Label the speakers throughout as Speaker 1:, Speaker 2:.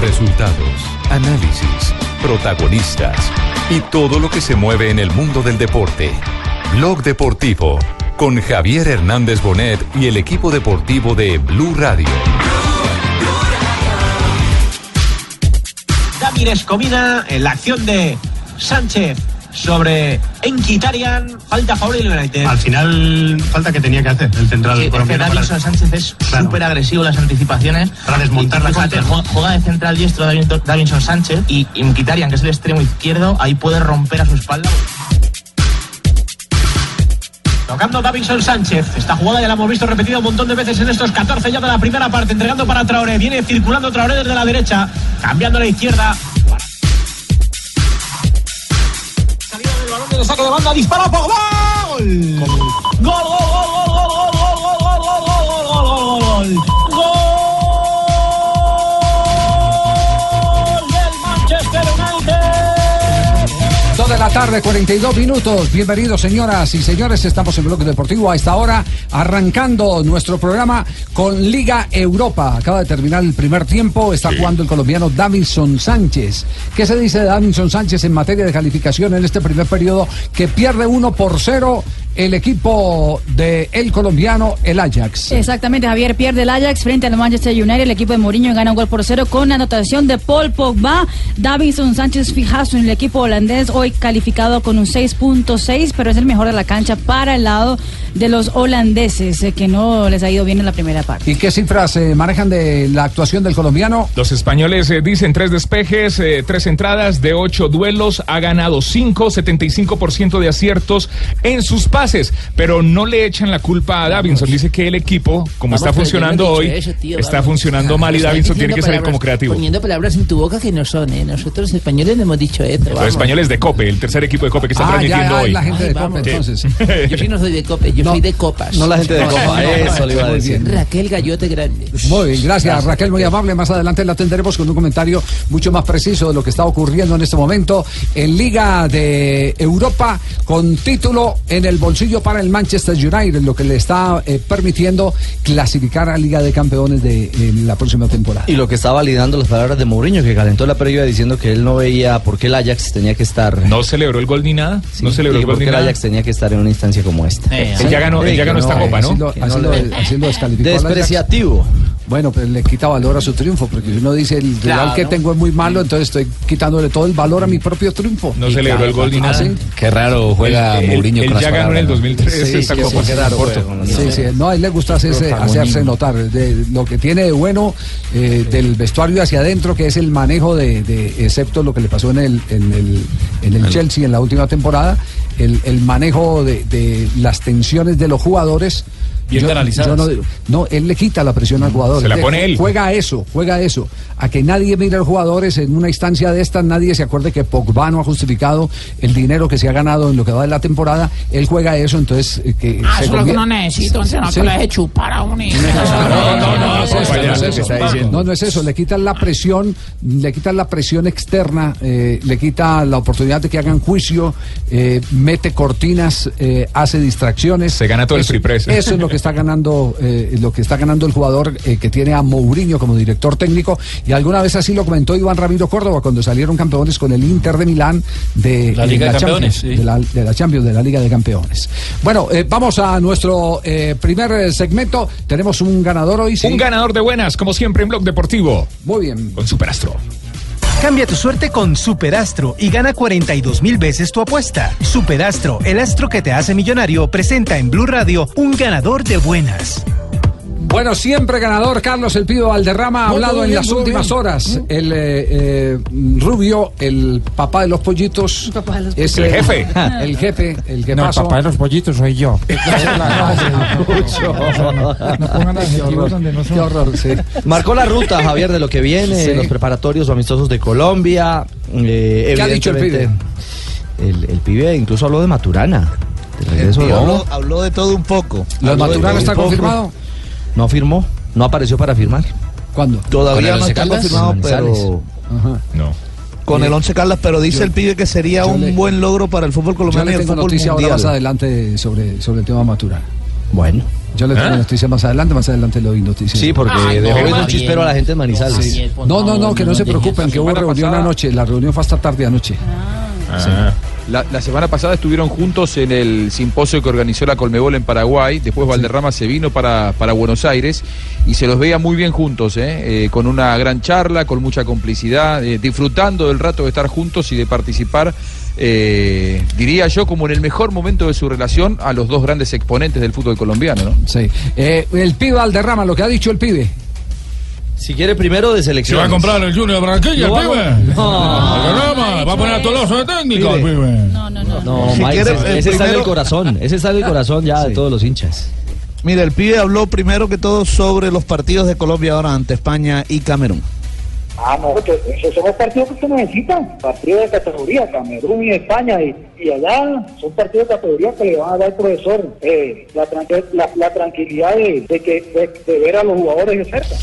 Speaker 1: Resultados, análisis, protagonistas y todo lo que se mueve en el mundo del deporte. Blog Deportivo con Javier Hernández Bonet y el equipo deportivo de Blue Radio.
Speaker 2: Damir Escomina en la acción de Sánchez sobre Enquitarian. Falta favorable del United.
Speaker 3: Al final, falta que tenía que hacer el central
Speaker 4: Sí, es que
Speaker 3: colombiano. para-
Speaker 4: Davinson Sánchez es
Speaker 3: Claro.
Speaker 4: súper agresivo en las anticipaciones.
Speaker 3: Para desmontar
Speaker 4: Y- y
Speaker 3: la
Speaker 4: fíjate,
Speaker 3: contra, ¿no?
Speaker 4: ju- Juega de central diestro Davinson Davinson Sánchez y Mkhitaryan, que es el extremo izquierdo, ahí puede romper a su espalda.
Speaker 2: Tocando Davinson Sánchez. Esta jugada ya la hemos visto repetida un montón de veces en estos 14 ya de la primera parte. Entregando para Traoré. Viene circulando Traoré desde la derecha. Cambiando a la izquierda. Salida del balón del saque Este de banda. Dispara Pogba. Gol. Gol, gol, gol, gol, gol, gol, gol, gol, gol, gol, gol, gol, gol, gol. Gol del Manchester United.
Speaker 5: Dos de la tarde, 42 minutos. Bienvenidos, señoras y señores. Estamos en Bloque Deportivo a esta hora, arrancando nuestro programa con Liga Europa. Acaba de terminar el primer tiempo. Está jugando el colombiano Davinson Sánchez. ¿Qué se dice de Davinson Sánchez en materia de calificación en este primer periodo? Que pierde 1 por 0 el equipo de el colombiano, el Ajax.
Speaker 6: Exactamente, Javier pierde el Ajax frente al Manchester United. El equipo de Mourinho gana un gol por cero con anotación de Paul Pogba. Davinson Sánchez fijazo en el equipo holandés, hoy calificado con un 6.6, pero es el mejor de la cancha para el lado de los holandeses, eh, que no les ha ido bien en la primera parte.
Speaker 5: ¿Y qué cifras se manejan de la actuación del colombiano?
Speaker 7: Los españoles eh, dicen tres despejes, eh, tres entradas de ocho duelos, ha ganado cinco, 75% de aciertos en sus pases, pero no le echan la culpa a Davinson. Dice que el equipo, como
Speaker 8: Vamos,
Speaker 7: está
Speaker 8: pero yo
Speaker 7: funcionando
Speaker 8: no he
Speaker 7: hoy,
Speaker 8: dicho eso, tío,
Speaker 7: está
Speaker 8: vamos.
Speaker 7: funcionando mal y
Speaker 8: Estás
Speaker 7: Davinson tiene
Speaker 8: diciendo
Speaker 7: que salir
Speaker 8: palabras-
Speaker 7: como creativo.
Speaker 8: Poniendo palabras en tu boca que no son, ¿eh? Nosotros los españoles no hemos dicho eso.
Speaker 7: Los
Speaker 8: vamos.
Speaker 7: españoles de COPE, el tercer equipo de COPE que está
Speaker 5: Ah, ya,
Speaker 7: transmitiendo
Speaker 5: ya,
Speaker 7: hoy.
Speaker 5: la gente
Speaker 8: Ay,
Speaker 5: de Copa,
Speaker 8: vamos.
Speaker 5: entonces.
Speaker 8: Yo sí no soy de cope, yo
Speaker 5: No,
Speaker 8: soy de copas.
Speaker 9: No la gente de Copa, eso le iba a
Speaker 5: Muy
Speaker 9: decir.
Speaker 5: bien.
Speaker 8: Raquel Gallote Grande.
Speaker 5: Muy bien, gracias, Raquel, muy amable. Más adelante la tendremos con un comentario mucho más preciso de lo que está ocurriendo en este momento en Liga de Europa con título en el bolsillo para el Manchester United, lo que le está eh, permitiendo clasificar a Liga de Campeones de eh, la próxima temporada.
Speaker 9: Y lo que está validando las palabras de Mourinho, que calentó la previa diciendo que él no veía por qué el Ajax tenía que estar.
Speaker 7: No celebró el gol ni nada,
Speaker 9: Sí,
Speaker 7: no celebró
Speaker 9: y
Speaker 7: el gol
Speaker 9: por
Speaker 7: ni
Speaker 9: qué el
Speaker 7: nada.
Speaker 9: Ajax tenía que estar en una instancia como esta.
Speaker 8: Eh,
Speaker 7: Él ya ganó, él ya ganó esta
Speaker 9: No, eh,
Speaker 7: copa,
Speaker 5: Así
Speaker 7: ¿no?
Speaker 5: lo, así lo- así lo descalificó al Ajax.
Speaker 9: Despreciativo.
Speaker 5: Bueno, pero le quita valor a su triunfo, porque si uno dice el rival
Speaker 8: Claro.
Speaker 5: que tengo es muy malo, entonces estoy quitándole todo el valor a mi propio triunfo.
Speaker 7: No celebró el gol ni nada.
Speaker 5: ¿sí?
Speaker 10: Qué raro juega
Speaker 7: Él-
Speaker 5: Eh,
Speaker 7: él-
Speaker 10: Mourinho
Speaker 7: él
Speaker 10: con las
Speaker 7: ya ganó en el
Speaker 10: palabras, ¿no?
Speaker 7: 2003
Speaker 5: Sí,
Speaker 7: esta
Speaker 5: sí,
Speaker 7: copa.
Speaker 5: sí,
Speaker 7: con
Speaker 9: raro
Speaker 7: Porto.
Speaker 9: juego, no
Speaker 5: Sí, sí, no, a él le gusta eh, hacerse, hacerse notar. De, lo que tiene de bueno eh, del vestuario hacia adentro, que es el manejo de, de- excepto lo que le pasó en el, en el, en el Chelsea en la última temporada, el, el manejo de, de las tensiones de los jugadores.
Speaker 10: Bien canalizadas.
Speaker 5: no, digo- no, él le quita la presión al jugador.
Speaker 7: Se la
Speaker 5: Él
Speaker 7: pone él.
Speaker 5: Juega a eso, juega a eso. A que nadie mire a los jugadores en una instancia de estas, nadie se acuerde que Pogba no ha justificado el dinero que se ha ganado en lo que va de la temporada. Él juega a eso, entonces eh, que
Speaker 11: Ah,
Speaker 5: se
Speaker 11: eso es lo que
Speaker 5: convier-
Speaker 11: uno necesita, entonces no
Speaker 5: Sí.
Speaker 11: te lo deje chupar a un hijo.
Speaker 7: No, no, no,
Speaker 5: es eso, no,
Speaker 7: compañero, lo
Speaker 5: es
Speaker 7: que
Speaker 5: eso.
Speaker 7: está diciendo.
Speaker 5: No, no es eso, le quitan la presión, le quitan la presión externa, eh, le quita la oportunidad de que hagan juicio, eh, mete cortinas, eh, hace distracciones.
Speaker 7: Se gana todo el
Speaker 5: Eso-
Speaker 7: free press.
Speaker 5: Eso es lo que está ganando, eh, lo que está ganando el jugador eh, que tiene a Mourinho como director técnico. Y alguna vez así lo comentó Iván Ramiro Córdoba cuando salieron campeones con el Inter de Milán de
Speaker 10: La Liga de Campeones,
Speaker 5: Champions,
Speaker 10: sí.
Speaker 5: de la, de la Champions, de la Liga de Campeones. Bueno, eh, vamos a nuestro eh, primer eh, segmento. Tenemos un ganador hoy. ¿sí?
Speaker 7: Un ganador de buenas, como siempre en Blog Deportivo,
Speaker 5: Muy bien.
Speaker 7: con Superastro.
Speaker 12: Cambia tu suerte con Superastro y gana 42 mil veces tu apuesta. Superastro, el astro que te hace millonario, presenta en Blue Radio un ganador de buenas.
Speaker 5: Bueno, siempre ganador Carlos El Pido Valderrama ha
Speaker 10: Muy
Speaker 5: hablado en
Speaker 10: bien,
Speaker 5: las
Speaker 10: muy
Speaker 5: últimas
Speaker 10: bien. Mm.
Speaker 5: horas. El eh, eh, Rubio, el papá de los pollitos.
Speaker 6: papá de los
Speaker 5: es
Speaker 7: El jefe.
Speaker 5: El jefe, el que pasó.
Speaker 3: los pollitos soy yo.
Speaker 5: No pongan adjetivos donde no son. Qué horror, sí.
Speaker 9: Marcó la ruta, Javier, de lo que viene,
Speaker 5: Sí.
Speaker 9: los preparatorios o amistosos de Colombia. eh,
Speaker 5: ¿Qué ha dicho el pibe?
Speaker 9: evidentemente, El, el pibe incluso habló de Maturana. De regreso, ¿no?
Speaker 10: habló de todo un poco.
Speaker 5: ¿Lo
Speaker 9: Habló
Speaker 5: de
Speaker 9: de
Speaker 5: Maturana
Speaker 9: todo
Speaker 5: está
Speaker 9: un poco.
Speaker 5: confirmado?
Speaker 9: No firmó, no apareció para firmar.
Speaker 5: ¿Cuándo?
Speaker 10: Todavía
Speaker 9: Con el
Speaker 10: no
Speaker 9: Once
Speaker 10: está
Speaker 9: Caldas,
Speaker 10: confirmado,
Speaker 9: Manizales.
Speaker 10: pero
Speaker 5: Ajá.
Speaker 7: No.
Speaker 10: con el once Caldas, pero dice el pibe que sería
Speaker 5: yo
Speaker 10: un
Speaker 5: le-
Speaker 10: buen logro para el fútbol
Speaker 5: Yo
Speaker 10: colombiano y el
Speaker 5: le tengo
Speaker 10: fútbol
Speaker 5: noticia ahora
Speaker 10: mundial.
Speaker 5: más adelante sobre, sobre el tema Maturana. Bueno. Yo le tengo
Speaker 9: ¿Eh?
Speaker 5: noticias más adelante, más adelante le doy noticias.
Speaker 9: Sí, porque Ay, no, dejó ir un Javier. chispero a la gente de Manizales.
Speaker 5: Sí.
Speaker 9: Javier, por
Speaker 5: No, no,
Speaker 9: favor,
Speaker 5: no, que
Speaker 9: no
Speaker 5: no
Speaker 9: nos
Speaker 5: se
Speaker 9: dejes.
Speaker 5: preocupen,
Speaker 9: La
Speaker 5: que hubo
Speaker 13: semana
Speaker 5: reunión
Speaker 13: pasada-
Speaker 5: anoche. La reunión fue hasta tarde anoche.
Speaker 13: Ah. La, la semana pasada estuvieron juntos en el simposio que organizó la Colmebol en Paraguay. Después Valderrama se vino para, para Buenos Aires y se los veía muy bien juntos, ¿eh? Eh, con una gran charla, con mucha complicidad, eh, disfrutando del rato de estar juntos y de participar. eh, diría yo como en el mejor momento de su relación a los dos grandes exponentes del fútbol colombiano, ¿no?
Speaker 5: Sí. Eh, el pibe Valderrama, lo que ha dicho el pibe.
Speaker 9: Si quiere primero de selección.
Speaker 5: ¿Se va a comprar
Speaker 9: el Junior
Speaker 14: Barranquilla, el pibe? Valderrama, va a poner a Toloso de técnico, el pibe.
Speaker 9: No,
Speaker 10: Si
Speaker 9: Mike,
Speaker 10: quiere,
Speaker 9: ese,
Speaker 10: el
Speaker 9: ese está en
Speaker 10: primero-
Speaker 9: el corazón. Ese está en el corazón ya de todos los hinchas.
Speaker 10: Mira, el pibe habló primero que todo sobre los partidos de Colombia ahora ante España y Camerún.
Speaker 15: Ah, no, que esos son los partidos que se necesitan, partidos de categoría, Camerún y España, y, y allá son partidos de categoría que le van a dar al profesor eh, la, tranqui- la- la tranquilidad de, de que, de, de ver a los jugadores de cerca.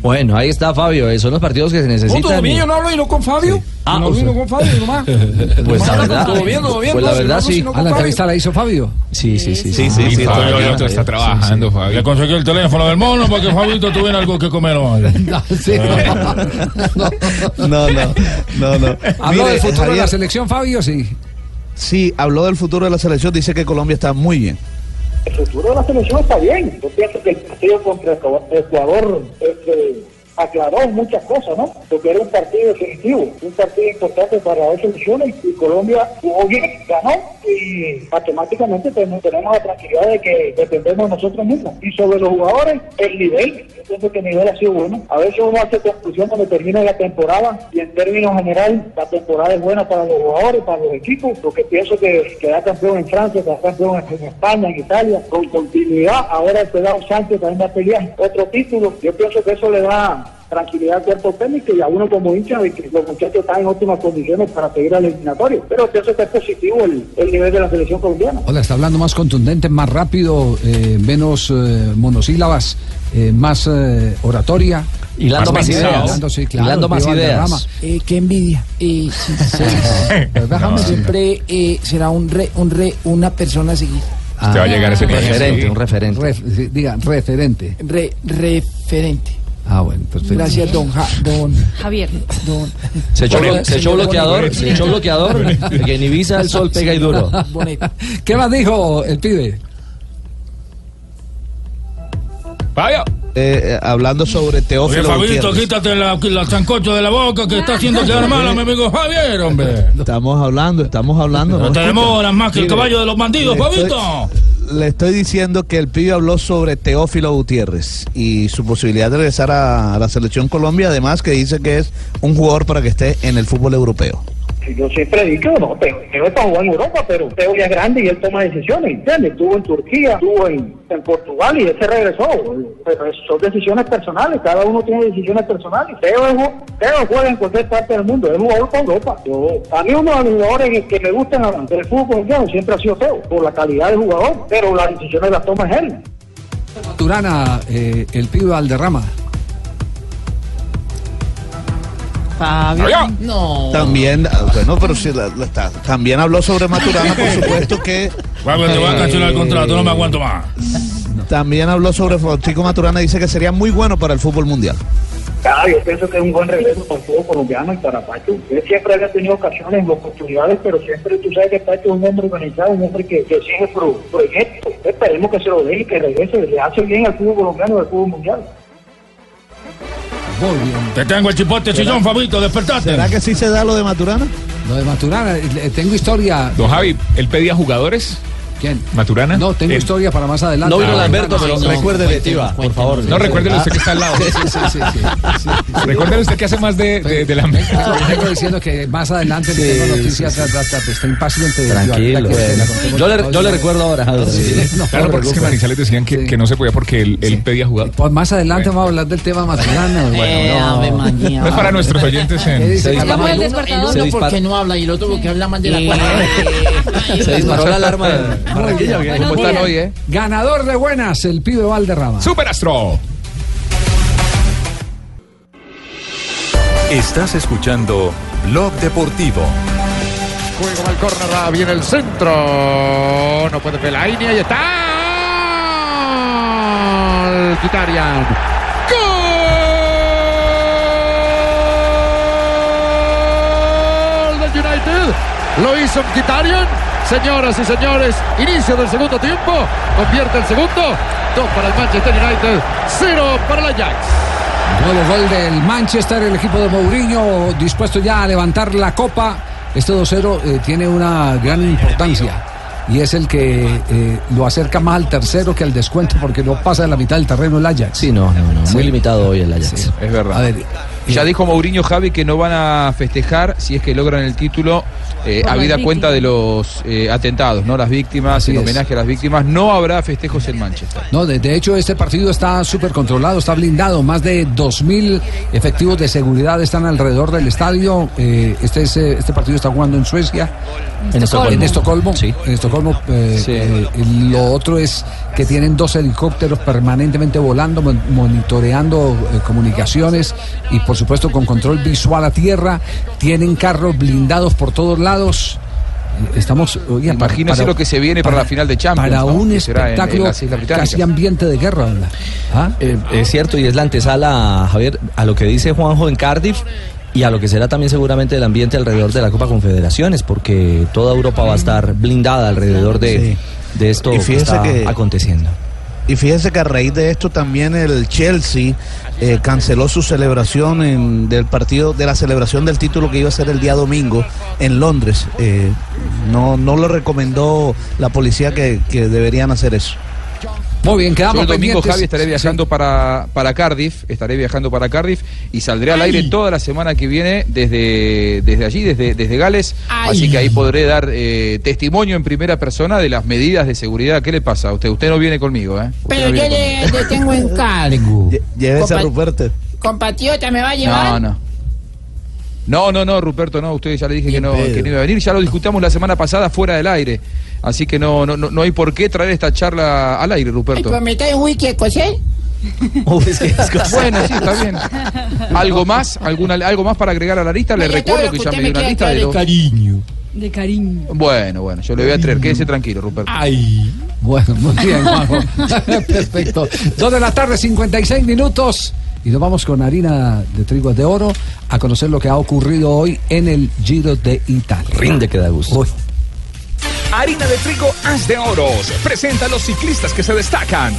Speaker 9: Bueno, ahí está Fabio. eh, Son los partidos que se necesitan.
Speaker 5: ¿Punto dominio no hablo y no con Fabio?
Speaker 9: Ah,
Speaker 5: no
Speaker 9: o
Speaker 5: hablo y
Speaker 9: sea.
Speaker 5: no con Fabio, nomás.
Speaker 9: Pues la
Speaker 5: Habla
Speaker 9: verdad.
Speaker 5: con Fabio, bien, todo bien,
Speaker 9: Pues la
Speaker 5: no, si no
Speaker 9: verdad
Speaker 5: hablo, si
Speaker 9: sí.
Speaker 5: no con Fabio. la hizo Fabio?
Speaker 9: Sí, sí, sí.
Speaker 14: Sí, sí, sí,
Speaker 7: Fabio
Speaker 14: estoy
Speaker 7: Lito
Speaker 14: oyendo.
Speaker 9: eh,
Speaker 7: está trabajando, Fabio.
Speaker 14: Le conseguí el teléfono del mono para que Fabito tuviera algo que comer hoy. Eh,
Speaker 10: No, no, no, no.
Speaker 5: ¿Habló
Speaker 10: Mire,
Speaker 5: del futuro de
Speaker 10: Javier,
Speaker 5: la selección, Fabio? Sí.
Speaker 10: Sí, habló del futuro de la selección. Dice que Colombia está muy bien.
Speaker 15: El futuro de la selección está bien. Yo pienso que el partido contra Ecu- Ecuador este, aclaró muchas cosas, ¿no? Porque era un partido definitivo, un partido importante para las dos selecciones y Colombia jugó bien, ganó y matemáticamente tenemos, tenemos la tranquilidad de que dependemos nosotros mismos. Y sobre los jugadores, el nivel, yo pienso que el nivel ha sido bueno. A veces uno hace conclusión cuando termina la temporada y en términos general la temporada es buena para los jugadores, para los equipos, porque pienso que queda campeón en Francia, queda campeón en España, en Italia, con continuidad. Ahora el Pedro Sánchez también va a pelear otro título. Yo pienso que eso le da tranquilidad al cuerpo técnico y a uno como hincha de que los muchachos están en óptimas condiciones para seguir al eliminatorio. Pero pienso que es positivo el, el nivel de la selección colombiana.
Speaker 5: Hola, está hablando más contundente, más rápido, eh, menos eh, monosílabas, eh, más eh, oratoria.
Speaker 9: Hilando más ideas.
Speaker 5: Hilando, sí, claro,
Speaker 9: Hilando más
Speaker 5: Iván
Speaker 9: ideas.
Speaker 5: Valderrama.
Speaker 11: Eh, qué envidia. Eh, sí, sí. Pues
Speaker 5: No, sí.
Speaker 11: Siempre eh, será un re, un re, una persona a seguir.
Speaker 9: Usted va a llegar a ese nivel, sí.
Speaker 5: Ref- sí, diga, referente.
Speaker 11: Re- referente.
Speaker 5: Ah, bueno, perfecto.
Speaker 11: Gracias, don, Ja- don
Speaker 6: Javier.
Speaker 11: Don.
Speaker 9: Se echó,
Speaker 11: Bonito.
Speaker 9: se echó
Speaker 11: Señor
Speaker 9: bloqueador,
Speaker 11: Bonito.
Speaker 9: se echó bloqueador, que en Ibiza el sol pega y duro.
Speaker 5: ¿Qué más dijo el pibe?
Speaker 10: Fabio. Eh, hablando sobre
Speaker 14: Oye,
Speaker 10: Teófilo
Speaker 14: Fabito,
Speaker 10: Gutiérrez.
Speaker 14: quítate la, la sancocho de la boca que está haciendo quedar mal a mi amigo Javier, hombre.
Speaker 10: Estamos hablando, estamos hablando.
Speaker 14: No te
Speaker 10: escucha.
Speaker 14: demoras más que el
Speaker 10: Mire,
Speaker 14: caballo de los bandidos,
Speaker 10: le estoy-
Speaker 14: Fabito.
Speaker 10: Le estoy diciendo que el pibe habló sobre Teófilo Gutiérrez y su posibilidad de regresar a, a la selección Colombia, además que dice que es un jugador para que esté en el fútbol europeo.
Speaker 15: Si Yo siempre he dicho, no, Teo, Teo está jugando en Europa, pero Teo ya es grande y él toma decisiones, ¿entiendes? Estuvo en Turquía, estuvo en, en Portugal y él se regresó. Pero es- son decisiones personales, cada uno tiene decisiones personales. Teo, es ju- Teo juega en cualquier parte del mundo, es jugador para Europa. Yo- a mí uno de los jugadores que me gustan del fútbol colombiano siempre ha sido Teo, por la calidad del jugador, pero las decisiones las toma es él.
Speaker 5: Turana, eh, el pibe Valderrama.
Speaker 10: Fabio.
Speaker 11: No.
Speaker 10: También, ah, bueno, pero sí, la- la está- también habló sobre Maturana, por supuesto que.
Speaker 14: Fabio, te voy a cancelar el contrato, no me aguanto más.
Speaker 10: También habló sobre Francisco Maturana, dice que sería muy bueno para el fútbol mundial.
Speaker 15: Claro, Ah, yo pienso que es un buen regreso para el fútbol colombiano y para Pacho. Él siempre había tenido ocasiones, oportunidades, pero siempre tú sabes que Pacho es un hombre organizado, un hombre que, que sigue pro, proyectos. Esperemos que se lo dé y que regrese. Le hace bien al fútbol colombiano y al fútbol mundial.
Speaker 14: Te tengo el chipote
Speaker 10: ¿Será-
Speaker 14: chillón, Fabito, despertate.
Speaker 10: ¿Será que sí se da lo de Maturana?
Speaker 5: Lo de Maturana, eh, eh, tengo historia.
Speaker 7: Don Javi, ¿él pedía jugadores?
Speaker 5: ¿Quién?
Speaker 7: ¿Maturana?
Speaker 5: No, tengo
Speaker 7: Eh,
Speaker 5: historia para más adelante. Ah,
Speaker 7: no vino Lamberto, pero recuérdele,
Speaker 5: Tiva,
Speaker 7: Tiba, por favor. No, recuérdele usted que está al lado.
Speaker 5: Sí, sí, sí. sí, sí, sí, sí.
Speaker 7: Recuérdele usted que hace más de, de, de la mesa.
Speaker 5: Vengo diciendo que más adelante le tengo noticias. tra- tra- tra- Está impaciente.
Speaker 7: Tranquilo,
Speaker 5: Yo, ahorita que-
Speaker 7: bueno.
Speaker 5: que la
Speaker 9: Yo le,
Speaker 5: contemos.
Speaker 9: yo le recuerdo ahora. Javier.
Speaker 5: No,
Speaker 7: claro, porque es que Manizales decían que, que no se podía porque él, él pedía jugadores.
Speaker 5: Pues más adelante vamos a hablar del tema Maturana.
Speaker 7: Eh, Ave María. No es para nuestros oyentes en-
Speaker 5: ¿Qué dice
Speaker 7: Se
Speaker 5: Carlos?
Speaker 7: disparó
Speaker 11: el
Speaker 5: Uno-
Speaker 11: El uno porque no habla y el otro porque habla más de la cuadra.
Speaker 5: Se disparó la alarma de
Speaker 7: Barranquilla, ¿o qué? ¿Cómo están hoy, eh?
Speaker 5: Ganador de buenas, el pibe Valderrama.
Speaker 7: Superastro.
Speaker 1: Estás escuchando Blog Deportivo.
Speaker 16: Juego al córner, ahora viene el centro. No puede ver la línea y está. de Kitarian. ¡Gol del United! Lo hizo Kitarian. Señoras y señores, inicio del segundo tiempo. Convierte el segundo. Dos para el Manchester United, cero para el Ajax.
Speaker 5: Nuevo gol del Manchester, el equipo de Mourinho dispuesto ya a levantar la copa. Este 2-0 eh, tiene una gran importancia y es el que eh, lo acerca más al tercero que al descuento porque no pasa de la mitad del terreno el Ajax. Sí,
Speaker 9: no, muy limitado hoy el Ajax.
Speaker 13: Es verdad.
Speaker 5: eh,
Speaker 13: ya dijo Mourinho Javi que no van a festejar si es que logran el título eh,
Speaker 9: Por las
Speaker 13: habida
Speaker 9: víctimas.
Speaker 13: cuenta de los eh, atentados, ¿no? Las víctimas,
Speaker 5: Así
Speaker 13: el
Speaker 5: es.
Speaker 13: homenaje a las víctimas. No habrá festejos en Manchester.
Speaker 5: No, de, de hecho este partido está súper controlado, está blindado. Más de 2.000 efectivos de seguridad están alrededor del estadio. Eh, este, es, eh, este partido está jugando en Suecia.
Speaker 11: este
Speaker 9: En Estocolmo.
Speaker 5: En Estocolmo. En Estocolmo, eh, eh, y lo otro es que tienen dos helicópteros permanentemente volando, mon- monitoreando eh, comunicaciones y por supuesto con control visual a tierra. Tienen carros blindados por todos lados. Eh, Estamos, oiga, para-
Speaker 13: Imagínense
Speaker 5: para-
Speaker 13: lo que se viene para, la final de Champions.
Speaker 5: para
Speaker 13: ¿no?
Speaker 5: un
Speaker 13: Que será en- en
Speaker 5: espectáculo
Speaker 13: las Islas Británicas.
Speaker 5: casi ambiente de guerra. ¿verdad?
Speaker 9: Eh, es cierto, y es la antesala, Javier, a lo que dice Juanjo en Cardiff y a lo que será también seguramente el ambiente alrededor de la Copa Confederaciones, porque toda Europa va a estar blindada alrededor de, de esto
Speaker 10: Y
Speaker 9: que
Speaker 10: fíjese
Speaker 9: está
Speaker 10: que-
Speaker 9: aconteciendo.
Speaker 10: Y fíjense que a raíz de esto también el Chelsea eh, canceló su celebración en- del partido, de la celebración del título que iba a ser el día domingo en Londres. Eh, no, no lo recomendó la policía que, que deberían hacer eso.
Speaker 5: Muy bien,
Speaker 13: Yo el domingo, Javi, estaré viajando para, para Cardiff, estaré viajando para Cardiff y saldré al aire toda la semana que viene desde, desde allí, desde, desde Gales. Así que ahí podré dar eh, testimonio en primera persona de las medidas de seguridad. ¿Qué le pasa a usted? Usted no viene conmigo, ¿eh? Usted
Speaker 17: Pero
Speaker 13: no
Speaker 17: yo
Speaker 13: viene conmigo.
Speaker 17: le, le tengo encargo.
Speaker 10: Llévese a
Speaker 17: Compa-
Speaker 10: Ruperte.
Speaker 17: Compatriota, ¿me va a llevar?
Speaker 13: No, no. No, no, no, Ruperto, no, usted ya le dije que no, que no iba a venir, ya lo discutamos la semana pasada fuera del aire. Así que no, no, no, no hay por qué traer esta charla al aire,
Speaker 17: Ay,
Speaker 13: Ruperto.
Speaker 17: pues me trae un whisky escocés.
Speaker 13: Bueno, sí, está bien. ¿Algo más? ¿Alguna, ¿Algo más para agregar a la lista? Le
Speaker 17: Vaya, todo
Speaker 13: recuerdo
Speaker 17: lo
Speaker 13: que
Speaker 17: que
Speaker 13: ya
Speaker 17: usted
Speaker 13: me
Speaker 17: me
Speaker 13: dio una
Speaker 17: quiera
Speaker 13: lista de
Speaker 17: traer
Speaker 13: los...
Speaker 17: de
Speaker 13: cariño.
Speaker 6: De cariño.
Speaker 13: Bueno, bueno, yo le voy a traer. Quédese tranquilo, Rupert.
Speaker 5: Ay. Bueno, muy bien, Juanjo. Perfecto. Dos de la tarde, 56 minutos. Y nos vamos con harina de trigo de oro a conocer lo que ha ocurrido hoy en el Giro de Italia.
Speaker 9: Rinde que da gusto.
Speaker 5: Uy.
Speaker 7: Harina de trigo As de Oros presenta a los ciclistas que se destacan.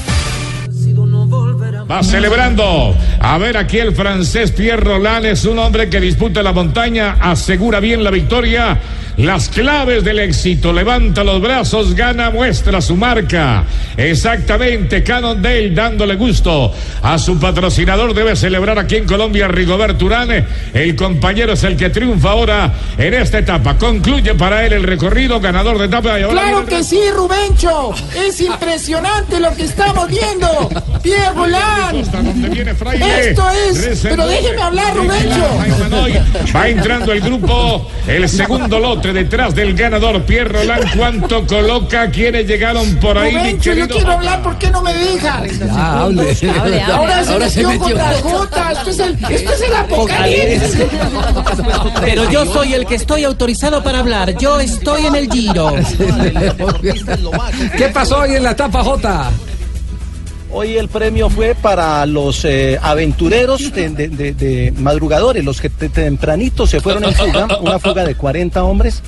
Speaker 14: Va celebrando. A ver, aquí el francés Pierre Roland es un hombre que disputa la montaña, asegura bien la victoria. Las claves del éxito. Levanta los brazos, gana, muestra su marca. Exactamente, Cannondale dándole gusto a su patrocinador. Debe celebrar aquí en Colombia Rigobert Urán. El compañero es el que triunfa ahora en esta etapa. Concluye para él el recorrido, ganador de etapa. Y ahora
Speaker 17: Claro
Speaker 14: viene-
Speaker 17: que sí, Rubencho. Es impresionante lo que estamos viendo. Pierre Golán. Esto es. Pero déjeme hablar, Rubencho.
Speaker 14: Va entrando el grupo, el segundo lote detrás del ganador Pierre Roland. ¿Cuánto coloca? ¿Quiénes llegaron por ahí? mi
Speaker 17: Rubencho, yo
Speaker 14: querido?
Speaker 17: quiero hablar, ¿por qué no me deja?
Speaker 14: Ya, hable. Hable, hable.
Speaker 17: Ahora se
Speaker 14: Ahora se
Speaker 17: metió
Speaker 14: metió.
Speaker 17: con las gotas. Esto es el, esto es el apocalipsis.
Speaker 18: Pero yo soy el que estoy autorizado para hablar. Yo estoy en el giro.
Speaker 5: ¿Qué pasó hoy en la etapa J?
Speaker 19: Hoy el premio fue para los eh, aventureros de, de- de- de madrugadores, los que te- tempranito se fueron en fuga, una fuga de 40 hombres.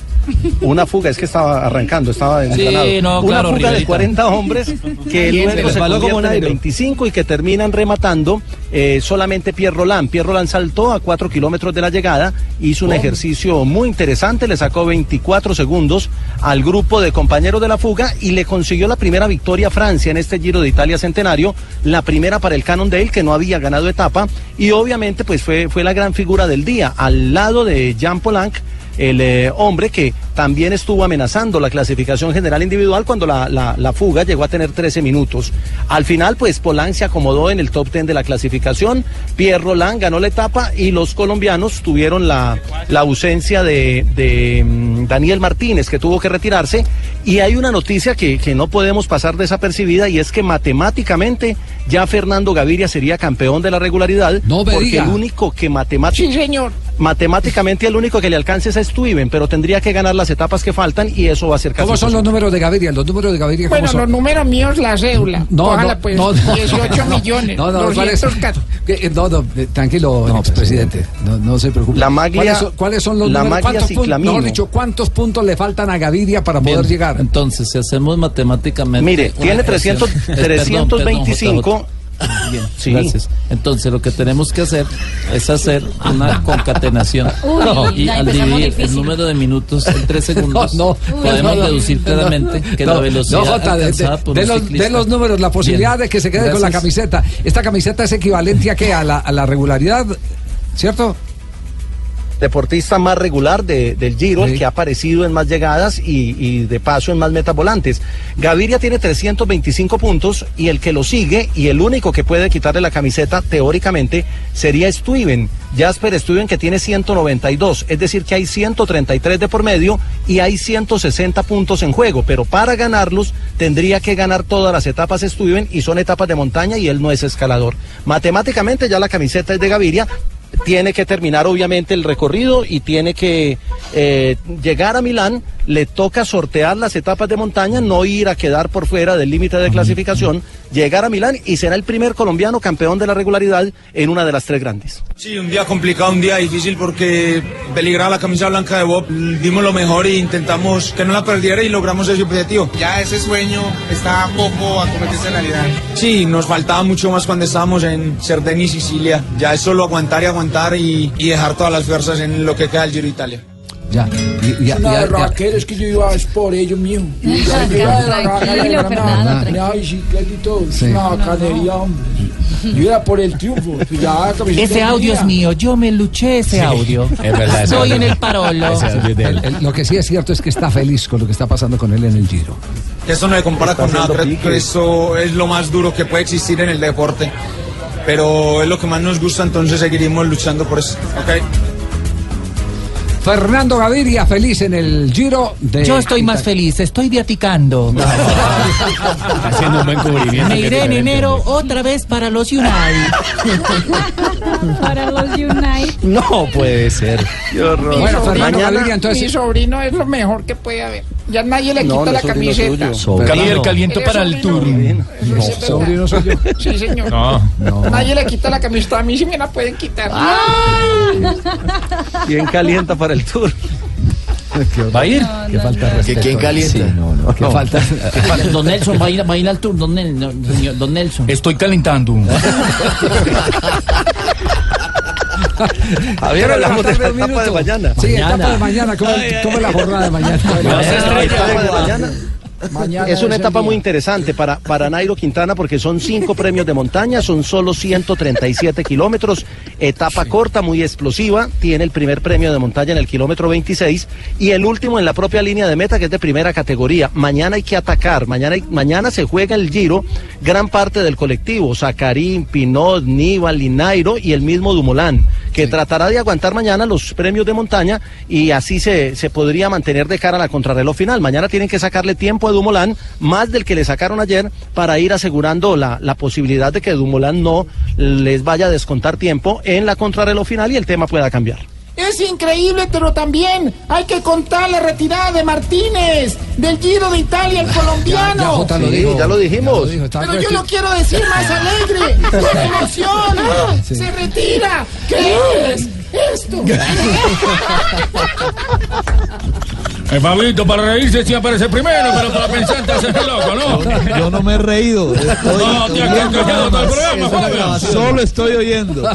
Speaker 19: Una fuga, es que estaba arrancando, estaba en
Speaker 18: Sí, no,
Speaker 19: Una
Speaker 18: claro,
Speaker 19: fuga de
Speaker 18: Riverita.
Speaker 19: 40 hombres que
Speaker 18: Bien, se
Speaker 19: luego
Speaker 18: les
Speaker 19: se
Speaker 18: baló como
Speaker 19: convierten en
Speaker 18: Nairo.
Speaker 19: 25 y que terminan rematando eh, solamente Pierre Roland. Pierre Roland saltó a 4 kilómetros de la llegada, hizo un ejercicio muy interesante, le sacó 24 segundos al grupo de compañeros de la fuga y le consiguió la primera victoria a Francia en este Giro de Italia Centenario, la primera para el Cannondale que no había ganado etapa y obviamente pues fue, fue la gran figura del día al lado de Jean Polanc el eh, hombre que también estuvo amenazando la clasificación general individual cuando la, la- la fuga llegó a tener 13 minutos. Al final, pues Polán se acomodó en el top 10 de la clasificación, Pierre Roland ganó la etapa y los colombianos tuvieron la, la ausencia de, de, mm, Daniel Martínez, que tuvo que retirarse. Y hay una noticia que, que no podemos pasar desapercibida y es que matemáticamente ya Fernando Gaviria sería campeón de la regularidad
Speaker 5: me
Speaker 19: porque
Speaker 5: diga.
Speaker 19: el único que matemáticamente...
Speaker 17: Sí, señor.
Speaker 19: Matemáticamente el único que le alcance es a Stuyven, pero tendría que ganar las etapas que faltan y eso va a ser casi
Speaker 5: ¿Cómo son los números de Gaviria? Los números de Gaviria, ¿cómo
Speaker 18: Bueno,
Speaker 5: son?
Speaker 18: los números míos, la cédula.
Speaker 5: No,
Speaker 18: Ojalá,
Speaker 5: no,
Speaker 18: pues,
Speaker 5: no, no,
Speaker 18: 18
Speaker 5: no,
Speaker 18: millones.
Speaker 5: No, no, me
Speaker 18: 200
Speaker 5: parece- que- eh, no, no, eh, tranquilo,
Speaker 2: pues,
Speaker 5: presidente. No, no se preocupe.
Speaker 19: La maglia-
Speaker 5: ¿Cuáles son, cuáles son los
Speaker 19: la
Speaker 5: números?
Speaker 19: maglia
Speaker 5: ¿Cuántos pun-
Speaker 19: ciclamino.
Speaker 5: mejor dicho, ¿cuántos puntos le faltan a Gaviria para poder
Speaker 2: Bien,
Speaker 5: llegar?
Speaker 2: Entonces, si hacemos matemáticamente.
Speaker 5: Mire,
Speaker 2: una
Speaker 5: tiene
Speaker 2: ecuación-
Speaker 5: 300
Speaker 2: Eh, perdón, perdón,
Speaker 5: 325.
Speaker 2: JJ. Bien, gracias. Entonces, lo que tenemos que hacer es hacer una concatenación.
Speaker 20: Uy,
Speaker 2: y
Speaker 20: ya
Speaker 2: al
Speaker 20: empezamos
Speaker 2: dividir el
Speaker 20: difícil.
Speaker 2: número de minutos en tres segundos,
Speaker 5: No, no,
Speaker 2: podemos
Speaker 5: no, no,
Speaker 2: deducir
Speaker 5: no,
Speaker 2: claramente
Speaker 5: no,
Speaker 2: que
Speaker 5: no,
Speaker 2: la velocidad
Speaker 5: no, Jota, de- de-
Speaker 2: alcanzada por
Speaker 5: de
Speaker 2: un
Speaker 5: los-
Speaker 2: ciclista-
Speaker 5: de los números, la posibilidad
Speaker 2: Bien,
Speaker 5: de que se quede con la
Speaker 2: gracias.
Speaker 5: camiseta. Esta camiseta es equivalente a qué? A la, a la regularidad, ¿cierto?
Speaker 19: deportista más regular de- del Giro, el que ha aparecido en más llegadas y, y de paso en más metas volantes. Gaviria tiene 325 puntos y el que lo sigue y el único que puede quitarle la camiseta teóricamente sería Stuyven, Jasper Stuyven que tiene 192, es decir que hay 133 de por medio y hay 160 puntos en juego, pero para ganarlos tendría que ganar todas las etapas Stuyven y son etapas de montaña y él no es escalador. Matemáticamente ya la camiseta es de Gaviria, tiene que terminar obviamente el recorrido y tiene que eh, llegar a Milán. Le toca sortear las etapas de montaña, no ir a quedar por fuera del límite de clasificación, llegar a Milán y será el primer colombiano campeón de la regularidad en una de las tres grandes.
Speaker 21: Sí, un día complicado, un día difícil porque peligraba la camisa blanca de Bob. Dimos lo mejor e intentamos que no la perdiera y logramos ese objetivo. Ya ese sueño está poco a convertirse en realidad. Sí, nos faltaba mucho más cuando estábamos en Cerdeña y Sicilia. Ya es solo aguantar y aguantar y, y dejar todas las fuerzas en lo que queda del Giro de Italia.
Speaker 5: Ya. Y, y-
Speaker 13: No,
Speaker 5: y-
Speaker 13: raquero, es que yo iba es por ello mío. Yo iba de la raquera,
Speaker 5: Tranquilo,
Speaker 13: de la
Speaker 5: Fernando,
Speaker 13: nada,
Speaker 5: tranquilo.
Speaker 13: nada, bicicleta y todo. Es
Speaker 5: Sí.
Speaker 13: una bacanería, hombre. Yo iba por el triunfo. ya, camiseta
Speaker 20: Ese audio
Speaker 13: mía.
Speaker 20: es mío, yo me luché ese audio. Estoy en el parolo.
Speaker 5: El- el- Lo que sí es cierto es que está feliz con lo que está pasando con él en el Giro.
Speaker 21: Eso no se compara con nada, creo que eso es lo más duro que puede existir en el deporte. Pero es lo que más nos gusta, entonces seguiremos luchando por eso. ¿ok?
Speaker 5: Fernando Gaviria, feliz en el Giro de.
Speaker 20: Yo estoy más feliz, estoy viaticando.
Speaker 5: haciendo un buen cubrimiento.
Speaker 20: Me iré en enero otra vez para los United.
Speaker 22: para los United.
Speaker 9: No puede ser. Qué horror.
Speaker 18: Mi sobrino-
Speaker 9: Mañana-
Speaker 18: Mi sobrino es lo mejor que puede haber. Ya nadie le
Speaker 9: No,
Speaker 18: quita
Speaker 9: no
Speaker 18: la
Speaker 9: es sobrino
Speaker 18: camiseta.
Speaker 9: suyo. Sobrino. Líder caliento
Speaker 18: Eres
Speaker 9: para el
Speaker 18: sobrino. Eso sí es verdad.
Speaker 5: sobrino soy yo.
Speaker 18: Sí, señor.
Speaker 7: No,
Speaker 18: Nadie le quita la camiseta. A mí sí me la pueden quitar. Ah.
Speaker 19: Bien calienta para el tour.
Speaker 9: ¿Va a ir? Qué falta de respeto.
Speaker 2: quién calienta?
Speaker 9: Sí, no, no. Qué
Speaker 2: No.
Speaker 9: falta.
Speaker 2: Don Nelson, va a ir, va a ir al tour, don, Nel- no, señor, don Nelson. Estoy calentando.
Speaker 5: Javier, hablamos de la
Speaker 19: etapa de mañana.
Speaker 5: Sí, etapa de mañana. ¿Cómo, cómo es la jornada de mañana?
Speaker 19: Etapa de mañana.
Speaker 13: Mañana
Speaker 19: Es una
Speaker 13: el
Speaker 19: etapa
Speaker 13: día.
Speaker 19: muy interesante para, para Nairo Quintana porque son cinco premios de montaña, son solo 137 kilómetros, etapa corta, muy explosiva, tiene el primer premio de montaña en el kilómetro 26 y el último en la propia línea de meta que es de primera categoría. Mañana hay que atacar, mañana, hay- mañana se juega el giro, gran parte del colectivo, Zacarín, Pinot, Níbal y Nairo y el mismo Dumolán, que tratará de aguantar mañana los premios de montaña y así se, se podría mantener de cara a la contrarreloj final. Mañana tienen que sacarle tiempo a Dumolán, más del que le sacaron ayer, para ir asegurando la, la posibilidad de que Dumolán no les vaya a descontar tiempo en la contrarreloj final y el tema pueda cambiar.
Speaker 18: Es increíble, pero también hay que contar la retirada de Martínez del Giro de Italia, el colombiano.
Speaker 19: Sí, ya lo dijimos.
Speaker 18: Pero yo lo quiero decir más alegre, con emoción. ¡Ah! Se retira. ¿Qué es esto?
Speaker 14: El Pablito, para reírse siempre es el primero, pero para pensar te haces el loco, ¿no?
Speaker 8: Yo no me he reído.
Speaker 14: No, te has encallado todo el programa, Fabio.
Speaker 8: Solo estoy oyendo.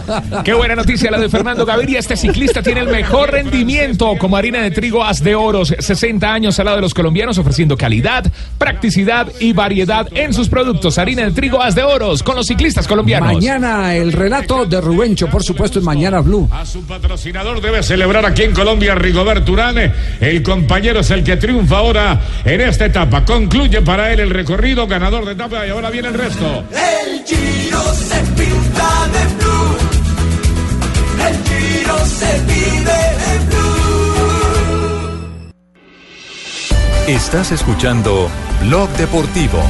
Speaker 7: Qué buena noticia la de Fernando Gaviria. Este ciclista tiene el mejor rendimiento como harina de trigo haz de oros. 60 años al lado de los colombianos ofreciendo calidad, practicidad y variedad en sus productos. Harina de trigo haz de oros con los ciclistas colombianos.
Speaker 5: Mañana el relato de Rubencho, por supuesto, en Mañana Blue.
Speaker 14: patrocinador debe celebrar aquí en Colombia Rigobert Urán. El compañero es el que triunfa ahora en esta etapa. Concluye para él el recorrido, ganador de etapa y ahora viene el resto.
Speaker 23: El giro se pinta de blue. El giro se vive en blue.
Speaker 1: Estás escuchando Blog Deportivo.